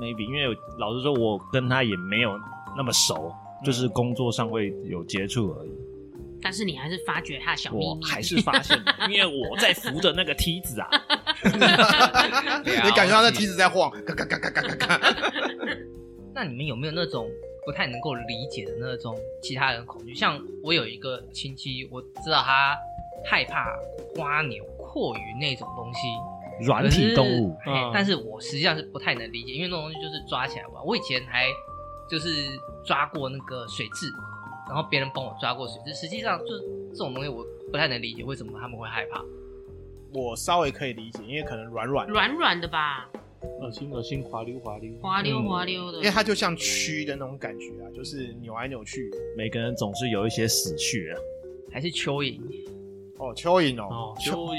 B: maybe 因为老实说，我跟他也没有那么熟，就是工作上会有接触而已。
C: 但是你还是发觉他的小秘
B: 我
C: 密。
B: 还是发现，因为我在扶着那个梯子啊，
D: 对啊
E: 你感觉到那梯子在晃，嘎嘎嘎嘎嘎嘎嘎。
D: 那你们有没有那种不太能够理解的那种其他人恐惧？像我有一个亲戚，我知道他害怕瓜牛、阔鱼那种东西，
B: 软体动物
D: 可是嘿
A: 嗯
D: 但是我实际上是不太能理解，因为那种东西就是抓起来玩。我以前还就是抓过那个水蛭，然后别人帮我抓过水蛭，实际上就是这种东西我不太能理解为什么他们会害怕。
E: 我稍微可以理解，因为可能软软，
C: 软软的吧，
A: 恶心恶心，滑溜滑溜。
C: 滑溜
B: 嗯
C: 滑溜的。
E: 因为它就像蛆的那种感觉啊，就是扭来扭去。
B: 每个人总是有一些死穴啊。
D: 还是蚯蚓，
E: 哦，蚯蚓哦
A: 哦，，
E: 蚯
A: 蚯蚓，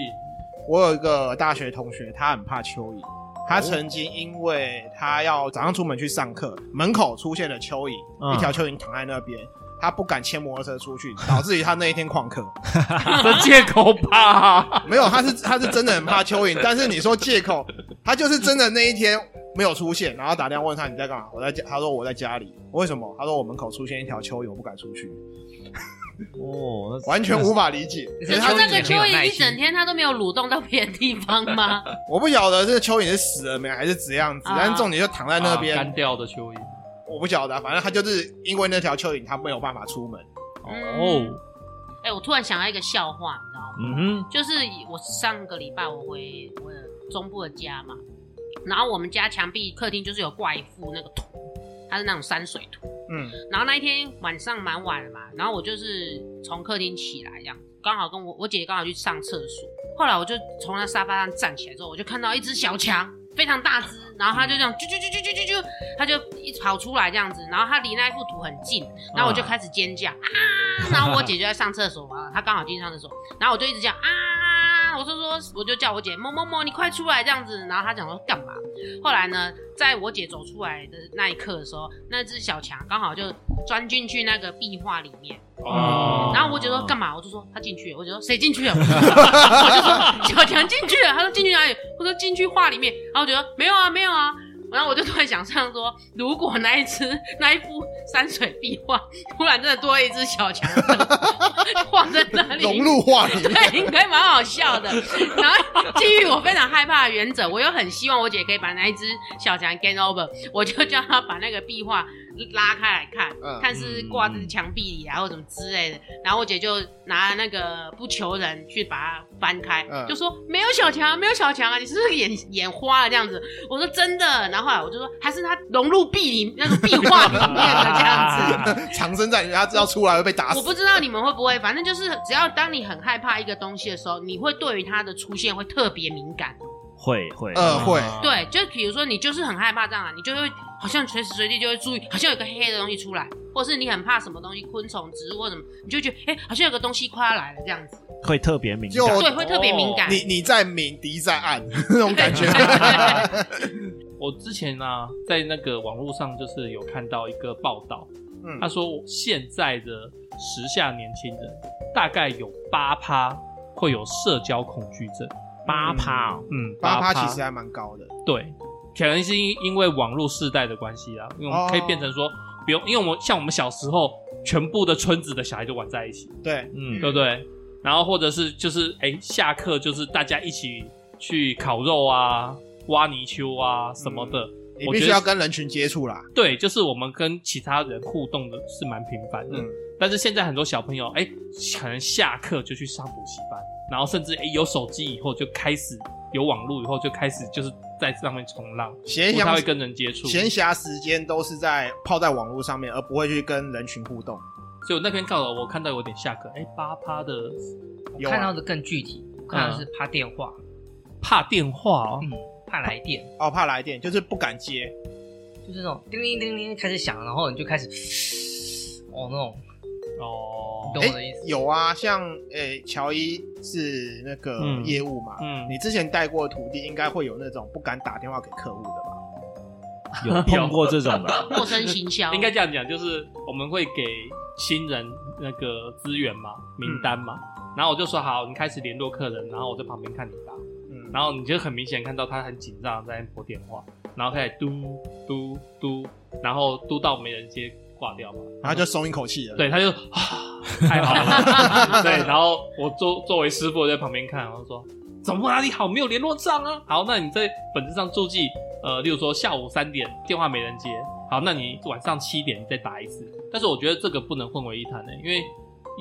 E: 我有一个大学同学，他很怕蚯蚓。他曾经因为他要早上出门去上课，门口出现了蚯蚓，
B: 嗯
E: 一条蚯蚓躺在那边，他不敢牵摩托车出去，导致于他那一天旷课。
A: 这借口吧？
E: 没有，他是他是真的很怕蚯蚓，但是你说借口，他就是真的那一天没有出现，然后打电话问他你在干嘛？我在家，他说我在家里。为什么？他说我门口出现一条蚯蚓，我不敢出去，
B: 哦，那
E: 完全无法理解。
D: 可
C: 可
E: 可
C: 是
E: 是他
D: 他
C: 那
D: 这
C: 个蚯蚓一整天它都没有蠕动到别的地方 吗？
E: 我不晓得这蚯蚓是死了没还是怎样子，
C: 啊
E: 但是重点就躺在那边，
A: 干掉的蚯蚓。
E: 我不晓得啊、反正他就是因为那条蚯蚓，他没有办法出门。
C: 嗯
A: 哦，
C: 哎、我突然想到一个笑话，你知道吗？
B: 嗯哼，
C: 就是我上个礼拜我回我的中部的家嘛，然后我们家墙壁客厅就是有挂一幅那个图，它是那种山水图。
E: 嗯，
C: 然后那一天晚上蛮晚了嘛，然后我就是从客厅起来，这样刚好跟我我姐姐刚好去上厕所，后来我就从那沙发上站起来之后，我就看到一只小强，非常大只，然后它就这样啾啾啾啾啾啾啾，它就一跑出来这样子，然后它离那一幅图很近，然后我就开始尖叫啊，然后我姐就在上厕所嘛，她刚好进上厕所，然后我就一直讲啊，我就说我就叫我姐某某某你快出来这样子，然后她讲说干嘛？后来呢，在我姐走出来的那一刻的时候，那只小强刚好就钻进去那个壁画里面。
A: 哦
C: 然后我姐说干嘛？我就说他进去了。我姐说谁进去了？我就说小强进去了。他说进去哪里？我说进去画里面。然后我姐说没有啊，没有啊。然后我就突然想象说，如果那一只那一幅山水壁画突然真的多了一只小强，画在那里
E: 融入话 题，
C: 对，应该蛮好笑的。然后基于我非常害怕的原则，我又很希望我姐可以把那一只小强 get over，我就叫她把那个壁画拉开来看，
E: 嗯
C: 看是挂在墙壁里啊，或什么之类的。然后我姐就拿那个不求人去把它翻开，
E: 嗯
C: 就说没有小强，没有小强啊，你是不是眼眼花了这样子？我说真的。然后后来我就说，还是它融入壁里那个壁画里面的这样子。
A: 啊
E: 藏身在里面，他知道出来会被打
C: 我
E: 死。
C: 不知道你们会不会，反正就是只要当你很害怕一个东西的时候，你会对于它的出现会特别敏感。
B: 会会，
E: 呃，会，
C: 对，就比如说你就是很害怕蟑螂，你就会好像随时随地就会注意，好像有个黑的东西出来，或是你很怕什么东西，昆虫、植物或什么，你就觉得哎、诶好像有个东西快要来了这样子，
B: 会特别敏
E: 就
B: 感。
C: 对，会特别敏
A: 啊
C: 感。
E: 哦你你在明，敌在暗 那种感觉。
A: 我之前啊，在那个网络上就是有看到一个报道，
E: 嗯
A: 他说现在的时下年轻人大概有八趴会有社交恐惧症，
B: 八趴哦，
A: 嗯，
E: 八
A: 趴
E: 趴其实还蛮高的，
A: 对，可能是因因为网络世代的关系啦，因为我
E: 哦
A: 们可以变成说，不用，因为我们像我们小时候，全部的村子的小孩就玩在一起，
E: 对，
B: 嗯
A: 对不对？然后或者是就是哎、下课就是大家一起去烤肉啊、挖泥鳅啊什么的，
E: 你
A: 我
E: 必
A: 觉
E: 须
A: 得
E: 要跟人群接触啦。
A: 对，就是我们跟其他人互动的是蛮频繁的。
E: 嗯
A: 但是现在很多小朋友，哎、可能下课就去上补习班，然后甚至哎、有手机以后就开始有网络以后就开始就是在上面冲浪，
E: 闲
A: 不太
E: 暇
A: 会跟人接触。
E: 闲暇时间都是在泡在网络上面，而不会去跟人群互动。
A: 所以我那篇告了，我看到有点下课，哎、八趴的
E: 有
D: 看到
E: 啊，嗯
D: 的更具体，我看到的是怕电话，
A: 怕电话哦，
D: 嗯，怕来电，
E: 哦，怕来电就是不敢接，
D: 就是那种叮铃叮铃开始响，然后你就开始，哦，那种
A: 哦
D: 你，懂
E: 哎
D: 我的意思？
E: 有啊，像诶、乔伊是那个
A: 嗯
E: 业务嘛，
A: 嗯，
E: 你之前带过的徒弟应该会有那种不敢打电话给客户的吧？
B: 有碰过这种的，
C: 陌生行销，
A: 应该这样讲，就是我们会给新人那个资源嘛，名单嘛，然后我就说好，你开始联络客人，然后我在旁边看你打，
E: 嗯，
A: 然后你就很明显看到他很紧张在那边拨电话，然后开始嘟嘟嘟，然后嘟到没人接挂掉嘛，
E: 然后就松一口气了。
A: 对，他就啊，太好了。对，然后我作作为师傅我在旁边看，然后说怎么哪里好没有联络账啊？好，那你在本子上注记，呃，例如说下午三点电话没人接，好，那你晚上七点你再打一次。但是我觉得这个不能混为一谈的、欸因为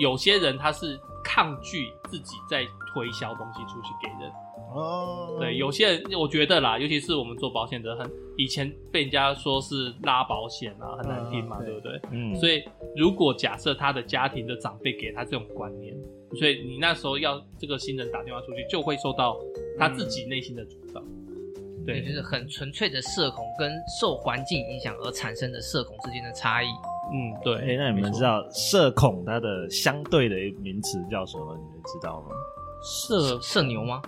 A: 有些人他是抗拒自己在推销东西出去给人。
E: 哦，
A: 对，有些人我觉得啦，尤其是我们做保险的很，以前被人家说是拉保险啊，很难听嘛，
E: 嗯
A: 对不对？
B: 嗯，
A: 所以，如果假设他的家庭的长辈给他这种观念，所以你那时候要这个新人打电话出去，就会受到他自己内心的主导。
D: 也
A: 对，
D: 就是很纯粹的社恐跟受环境影响而产生的社恐之间的差异。
A: 嗯，
B: 哎、
A: 对。
B: 那你们知道社恐它的相对的名词叫什么？你们知道吗？
A: 社
D: 社牛吗？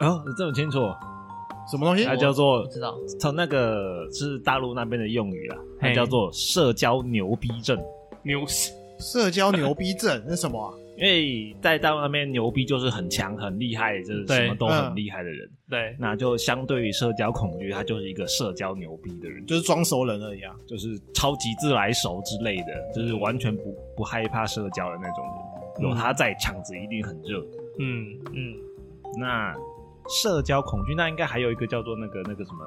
B: 哦，你这么清楚，哎
E: 什么东西
B: 它？叫做
D: 不知道
B: 从那个是大陆那边的用语啦，啊它
A: 嘿
B: 叫做社交牛逼症。
A: 牛市
E: 社交牛逼症 那是什么啊？
B: 因为在大陆那边牛逼就是很强、很厉害，就是什
A: 对
B: 么都很
E: 嗯
B: 厉害的人。
A: 对，
B: 那就相对于社交恐惧，他就是一个社交牛逼的人，
E: 就是装熟人而已啊。
B: 就是超级自来熟之类的，就是完全不不害怕社交的那种人。有他在，场子一定很热。
A: 嗯
D: 嗯，
B: 那社交恐惧，那应该还有一个叫做那个那个什么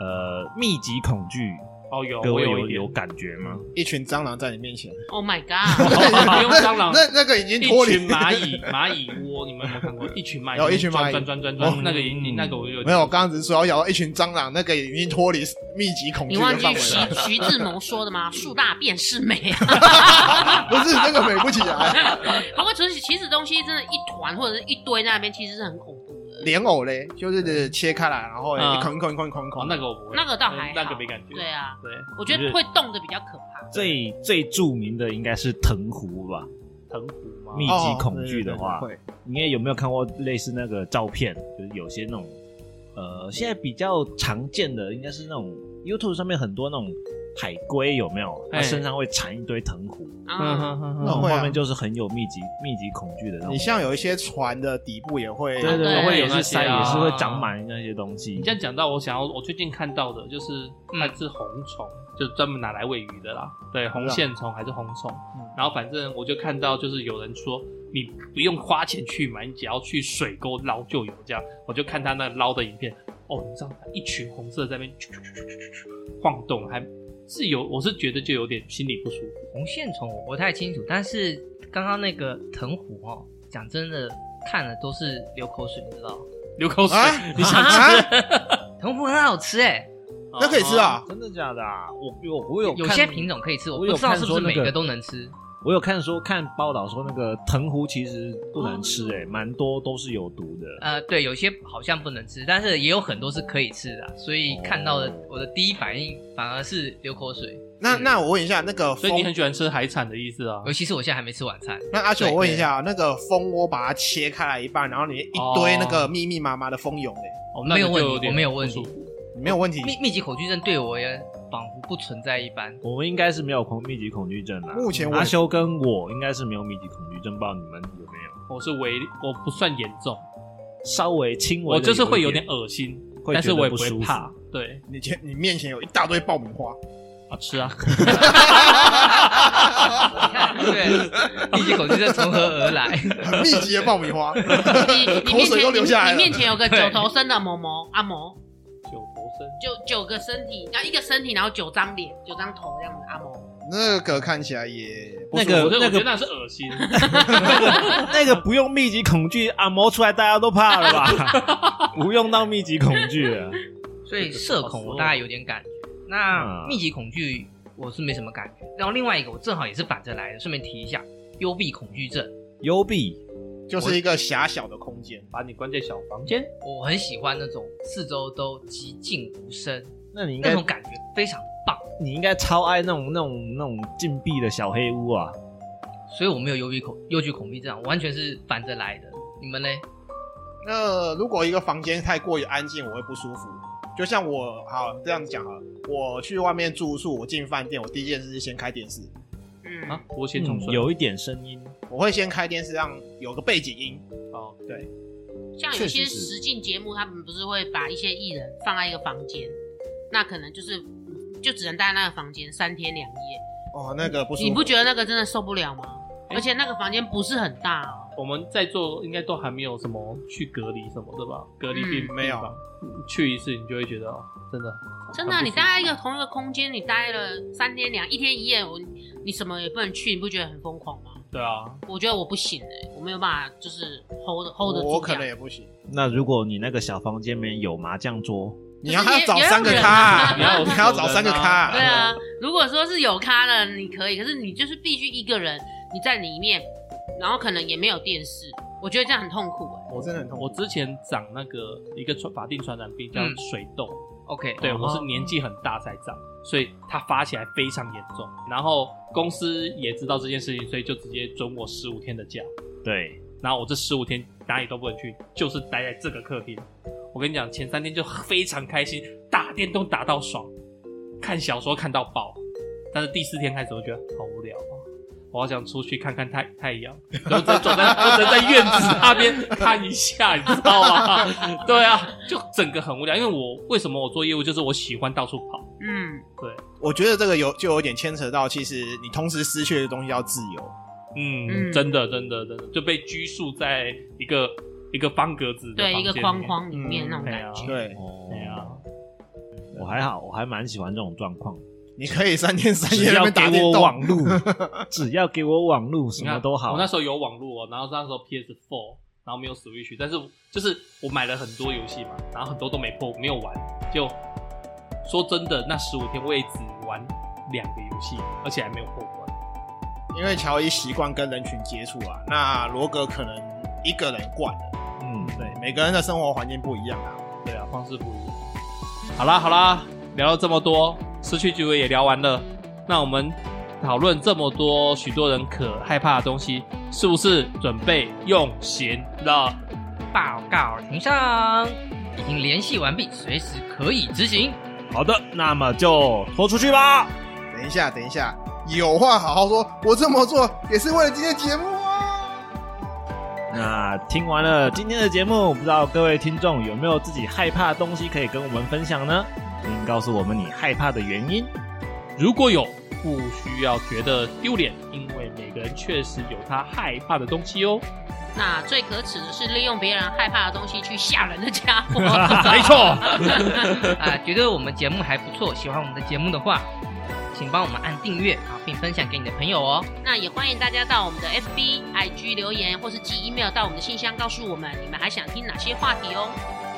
B: 呃密集恐惧，
A: 哦有
B: 各
A: 我
B: 位
A: 有
B: 有
A: 一点
B: 有，感觉吗？
E: 一群蟑螂在你面前，
C: Oh my god！
A: 不用 蟑螂，
E: 那那个已经
A: 一
E: 脱离
A: 群蚂蚁蚂蚁窝，你们有没有看过？一群蚂蚁，
E: 有一群蚂蚁
A: 钻钻钻钻
B: 哦
A: 钻，那个你那个我有
E: 没有，我刚刚只是说要咬到一群蟑螂，那个已经脱离密集恐惧
C: 你
E: 的
C: 忘
E: 范
C: 记
E: 围
C: 徐
E: 了。
C: 徐志摩说的吗？ 树大便是美啊！
E: 不是那个美不起来，
C: 好吧，其实其实东西真的，一团或者是一堆在那边，其实是很恐怖的。
E: 莲藕嘞，就是切开来，然后
A: 嗯
E: 一捆一捆一捆一捆一
A: 哦
E: 捆。
A: 那个我不会，
C: 那个倒还好
A: 那个没感觉，
C: 对啊，
A: 对，
C: 我觉得会动的比较可怕。
B: 最最著名的应该是藤壶吧？
A: 藤壶吗？
B: 密集恐惧的话
E: 哦，对对对对
B: 你也有没有看过类似那个照片？就是有些那种，呃，现在比较常见的应该是那种 YouTube 上面很多那种海龟，有没有？它
A: 哎
B: 身上会缠一堆藤壶，
A: 嗯
C: 啊，
A: 哼哼
E: 那
A: 哼，
B: 种
E: 会啊
B: 画面就是很有密集密集恐惧的那
E: 会
B: 种。
E: 你像有一些船的底部也会，
B: 对对
C: 对
B: 会
A: 有
B: 有
A: 那
B: 些
A: 些
B: 鳃也是
A: 啊
B: 会长满那些东西
A: 你这。样讲到，我想要我最近看到的就是它是红虫，就专门拿来喂鱼的啦。对，红线虫还是红虫。然后反正我就看到，就是有人说你不用花钱去买，你只要去水沟捞就有这样。我就看他那捞的影片，哦，你知道一群红色在那边啾啾啾啾啾啾晃动，还是有，我是觉得就有点心里不舒服。
D: 红线虫我不太清楚，但是刚刚那个藤壶哦，讲真的，看了都是流口水，你知道吗？
A: 流口 水，
E: 啊
A: 你想吃？
E: 啊
D: 藤壶很好吃哎，
E: 那可以吃啊？
B: 真的假的啊？我我我有
D: 有
B: 看
D: 些品种可以吃，我
B: 我
D: 不
B: 有
D: 知道
B: 看
D: 是不
B: 说
D: 是
B: 那
D: 每
B: 个
D: 个都能吃。
B: 我有看说看报道说那个藤壶其实不能吃、欸，蛮多都是有毒的。
D: 呃，对，有些好像不能吃，但是也有很多是可以吃的啊、所以看到的
B: 哦
D: 我的第一反应反而是流口水，
E: 那那我问一下，那个
A: 所以你很
E: 蜂，
A: 喜欢吃海产的意思啊
D: 尤？其是我现在还没吃晚餐。
E: 那阿秀我问一下，那个蜂窝把它切开来一半，然后你一堆
A: 哦
E: 那个密密麻麻的蜂蛹嘞，
A: 哦，
D: 没
A: 那
D: 有
A: 个
D: 问
A: 就
D: 你
A: 有点
D: 我没有问
A: 不舒
D: 你
A: 服
E: 没有问题。
D: 密密集恐惧症对我也仿佛不存在一般。
B: 我们应该是没有恐密集恐惧症啦。
E: 目前我
B: 阿修跟我应该是没有密集恐惧症，不知道你们有没有？
A: 我是微，我不算严重，
B: 稍微轻微的
A: 我
B: 一点，
A: 就是会有点恶心，
B: 会
A: 但是
B: 觉得
A: 我也
B: 不
A: 不会
B: 舒服
A: 怕。对
E: 你前你面前有一大堆爆米花，
A: 啊，吃 啊，
D: 你看，对，密集恐惧症从何而来？
E: 很密集的爆米花。
C: 你你面
E: 口水都
C: 前
E: 流下来了
C: 你面前有个九头身的某某阿某，
A: 九头身。
C: 就九个身体，然后一个身体，然后九张脸，九张头这样子阿某。
E: 那个看起来也不
B: 那
E: 舒服
B: 个
A: 我觉得
B: 那
A: 我觉
B: 个
A: 得那是恶心，
B: 那个不用密集恐惧，按摩出来大家都怕了吧？不用到密集恐惧了。
D: 所以社恐我大概有点感觉，那
B: 嗯
D: 密集恐惧我是没什么感觉。然后另外一个我正好也是反着来的，顺便提一下，幽闭恐惧症，
B: 幽闭，
E: 就是一个狭小的空间。
A: 把你关在小房间，
D: 我很喜欢那种四周都寂静无声，
B: 那你应
D: 那
B: 该
D: 种感觉非常棒。
B: 你应该超爱那种那种那种禁闭的小黑屋啊！
D: 所以我没有幽闭恐幽居恐惧症啊，我完全是反着来的。你们嘞？
E: 那如果一个房间太过于安静，我会不舒服。就像我好这样讲好了，我去外面住宿，我进饭店，我第一件事是先开电视，
C: 嗯
A: 啊，我先冲
B: 嗯
A: 水。
B: 有一点声音，
E: 我会先开电视让有个背景音。
A: 哦，
C: 像有
B: 确
C: 些
B: 实是
C: 实境节目，他们不是会把一些艺人放在一个房间，那可能就是就只能待在那个房间三天两夜，
E: 哦，那个不舒服。
C: 你不觉得那个真的受不了吗？而且那个房间不是很大哦，
A: 我们在座应该都还没有什么去隔离什么的吧？隔离病
E: 嗯没有，
A: 病房嗯去一次你就会觉得哦，真的
C: 真的啊、
A: 很
C: 你
A: 不舒服
C: 待在一个同一个空间，你待了三天两一天一夜，我你什么也不能去，你不觉得很疯狂吗？
A: 对啊，
C: 我觉得我不行哎、我没有办法，就是 hold hold 得住这样。
E: 我可能也不行。
B: 那如果你那个小房间里面有麻将桌，
E: 你要还要找三个
C: 也有人
E: 咖、
C: 啊
E: 你 要
A: 你
E: 还
A: 还
E: 要
A: 要
E: 找三个咖、
C: 对啊，如果说是有咖的，你可以，可是你就是必须一个人你在里面，然后可能也没有电视，我觉得这样很痛苦哎、
E: 我真的很痛苦。
A: 我之前长那个一个传法定传染病叫
D: 嗯
A: 水痘，
D: OK，
A: 对我
E: 哦
A: 是年纪很大才长，所以它发起来非常严重。然后公司也知道这件事情，所以就直接准我十五天的假。
B: 对，
A: 然后我这十五天哪里都不能去，就是待在这个客厅。我跟你讲，前三天就非常开心，打电动打到爽，看小说看到爆。但是第四天开始，我觉得好无聊啊，我好想出去看看太太阳，然后只能走在，我只能在院子那边看一下，你知道吗？对啊，就整个很无聊。因为我为什么我做业务，就是我喜欢到处跑。
C: 嗯，
A: 对，
E: 我觉得这个有就有点牵扯到，其实你同时失去的东西叫自由。
A: 嗯，
C: 嗯
A: 真的，真的，真的就被拘束在一个一个方格子的
C: 对，
A: 房
C: 一个
A: 间里
C: 框
A: 面。
C: 框里面
E: 嗯
C: 那种
A: 对
C: 感
A: 啊
C: 觉。
E: 对，
B: 哦
A: 对啊，
B: 我还好，我还蛮喜欢这种状 况。
E: 你可以三天三
B: 只
E: 夜在那
B: 要
E: 边
B: 给
E: 打电
B: 我网
E: 动，
B: 路，只要给我网路，什
A: 你
B: 么
A: 看
B: 都好。
A: 我那时候有网络哦，然后那时候 PS Four，然后没有 Switch，但是就是我买了很多游戏嘛，然后很多都没破，没有玩。就说真的，那十五天我也只玩两个游戏，而且还没有破关。
E: 因为乔伊习惯跟人群接触啊，那罗格可能一个人惯了。
B: 嗯，
E: 对，每个人的生活环境不一样啊。
A: 对啊，方式不一样。好啦好啦，聊了这么多，失去聚会也聊完了，那我们讨论这么多许多人可害怕的东西，是不是准备用刑了？
D: 报告庭上，已经联系完毕，随时可以执行。
B: 好的，那么就拖出去吧。
E: 等一下，等一下，有话好好说。我这么做也是为了今天节目啊。
B: 那听完了今天的节目，不知道各位听众有没有自己害怕的东西可以跟我们分享呢？欢迎告诉我们你害怕的原因。
A: 如果有，不需要觉得丢脸，因为每个人确实有他害怕的东西哦。
C: 那最可耻的是利用别人害怕的东西去吓人的家伙。
A: 没错，
D: 啊、觉得我们节目还不错，喜欢我们的节目的话，请帮我们按订阅啊，并分享给你的朋友哦。
C: 那也欢迎大家到我们的 FB、IG 留言，或是寄 email 到我们的信箱，告诉我们你们还想听哪些话题哦。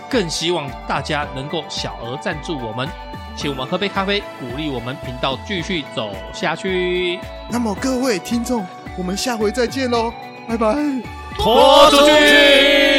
A: 更希望大家能够小额赞助我们，请我们喝杯咖啡，鼓励我们频道继续走下去。
E: 那么各位听众，我们下回再见喽，拜拜。
B: 拖
A: 出去。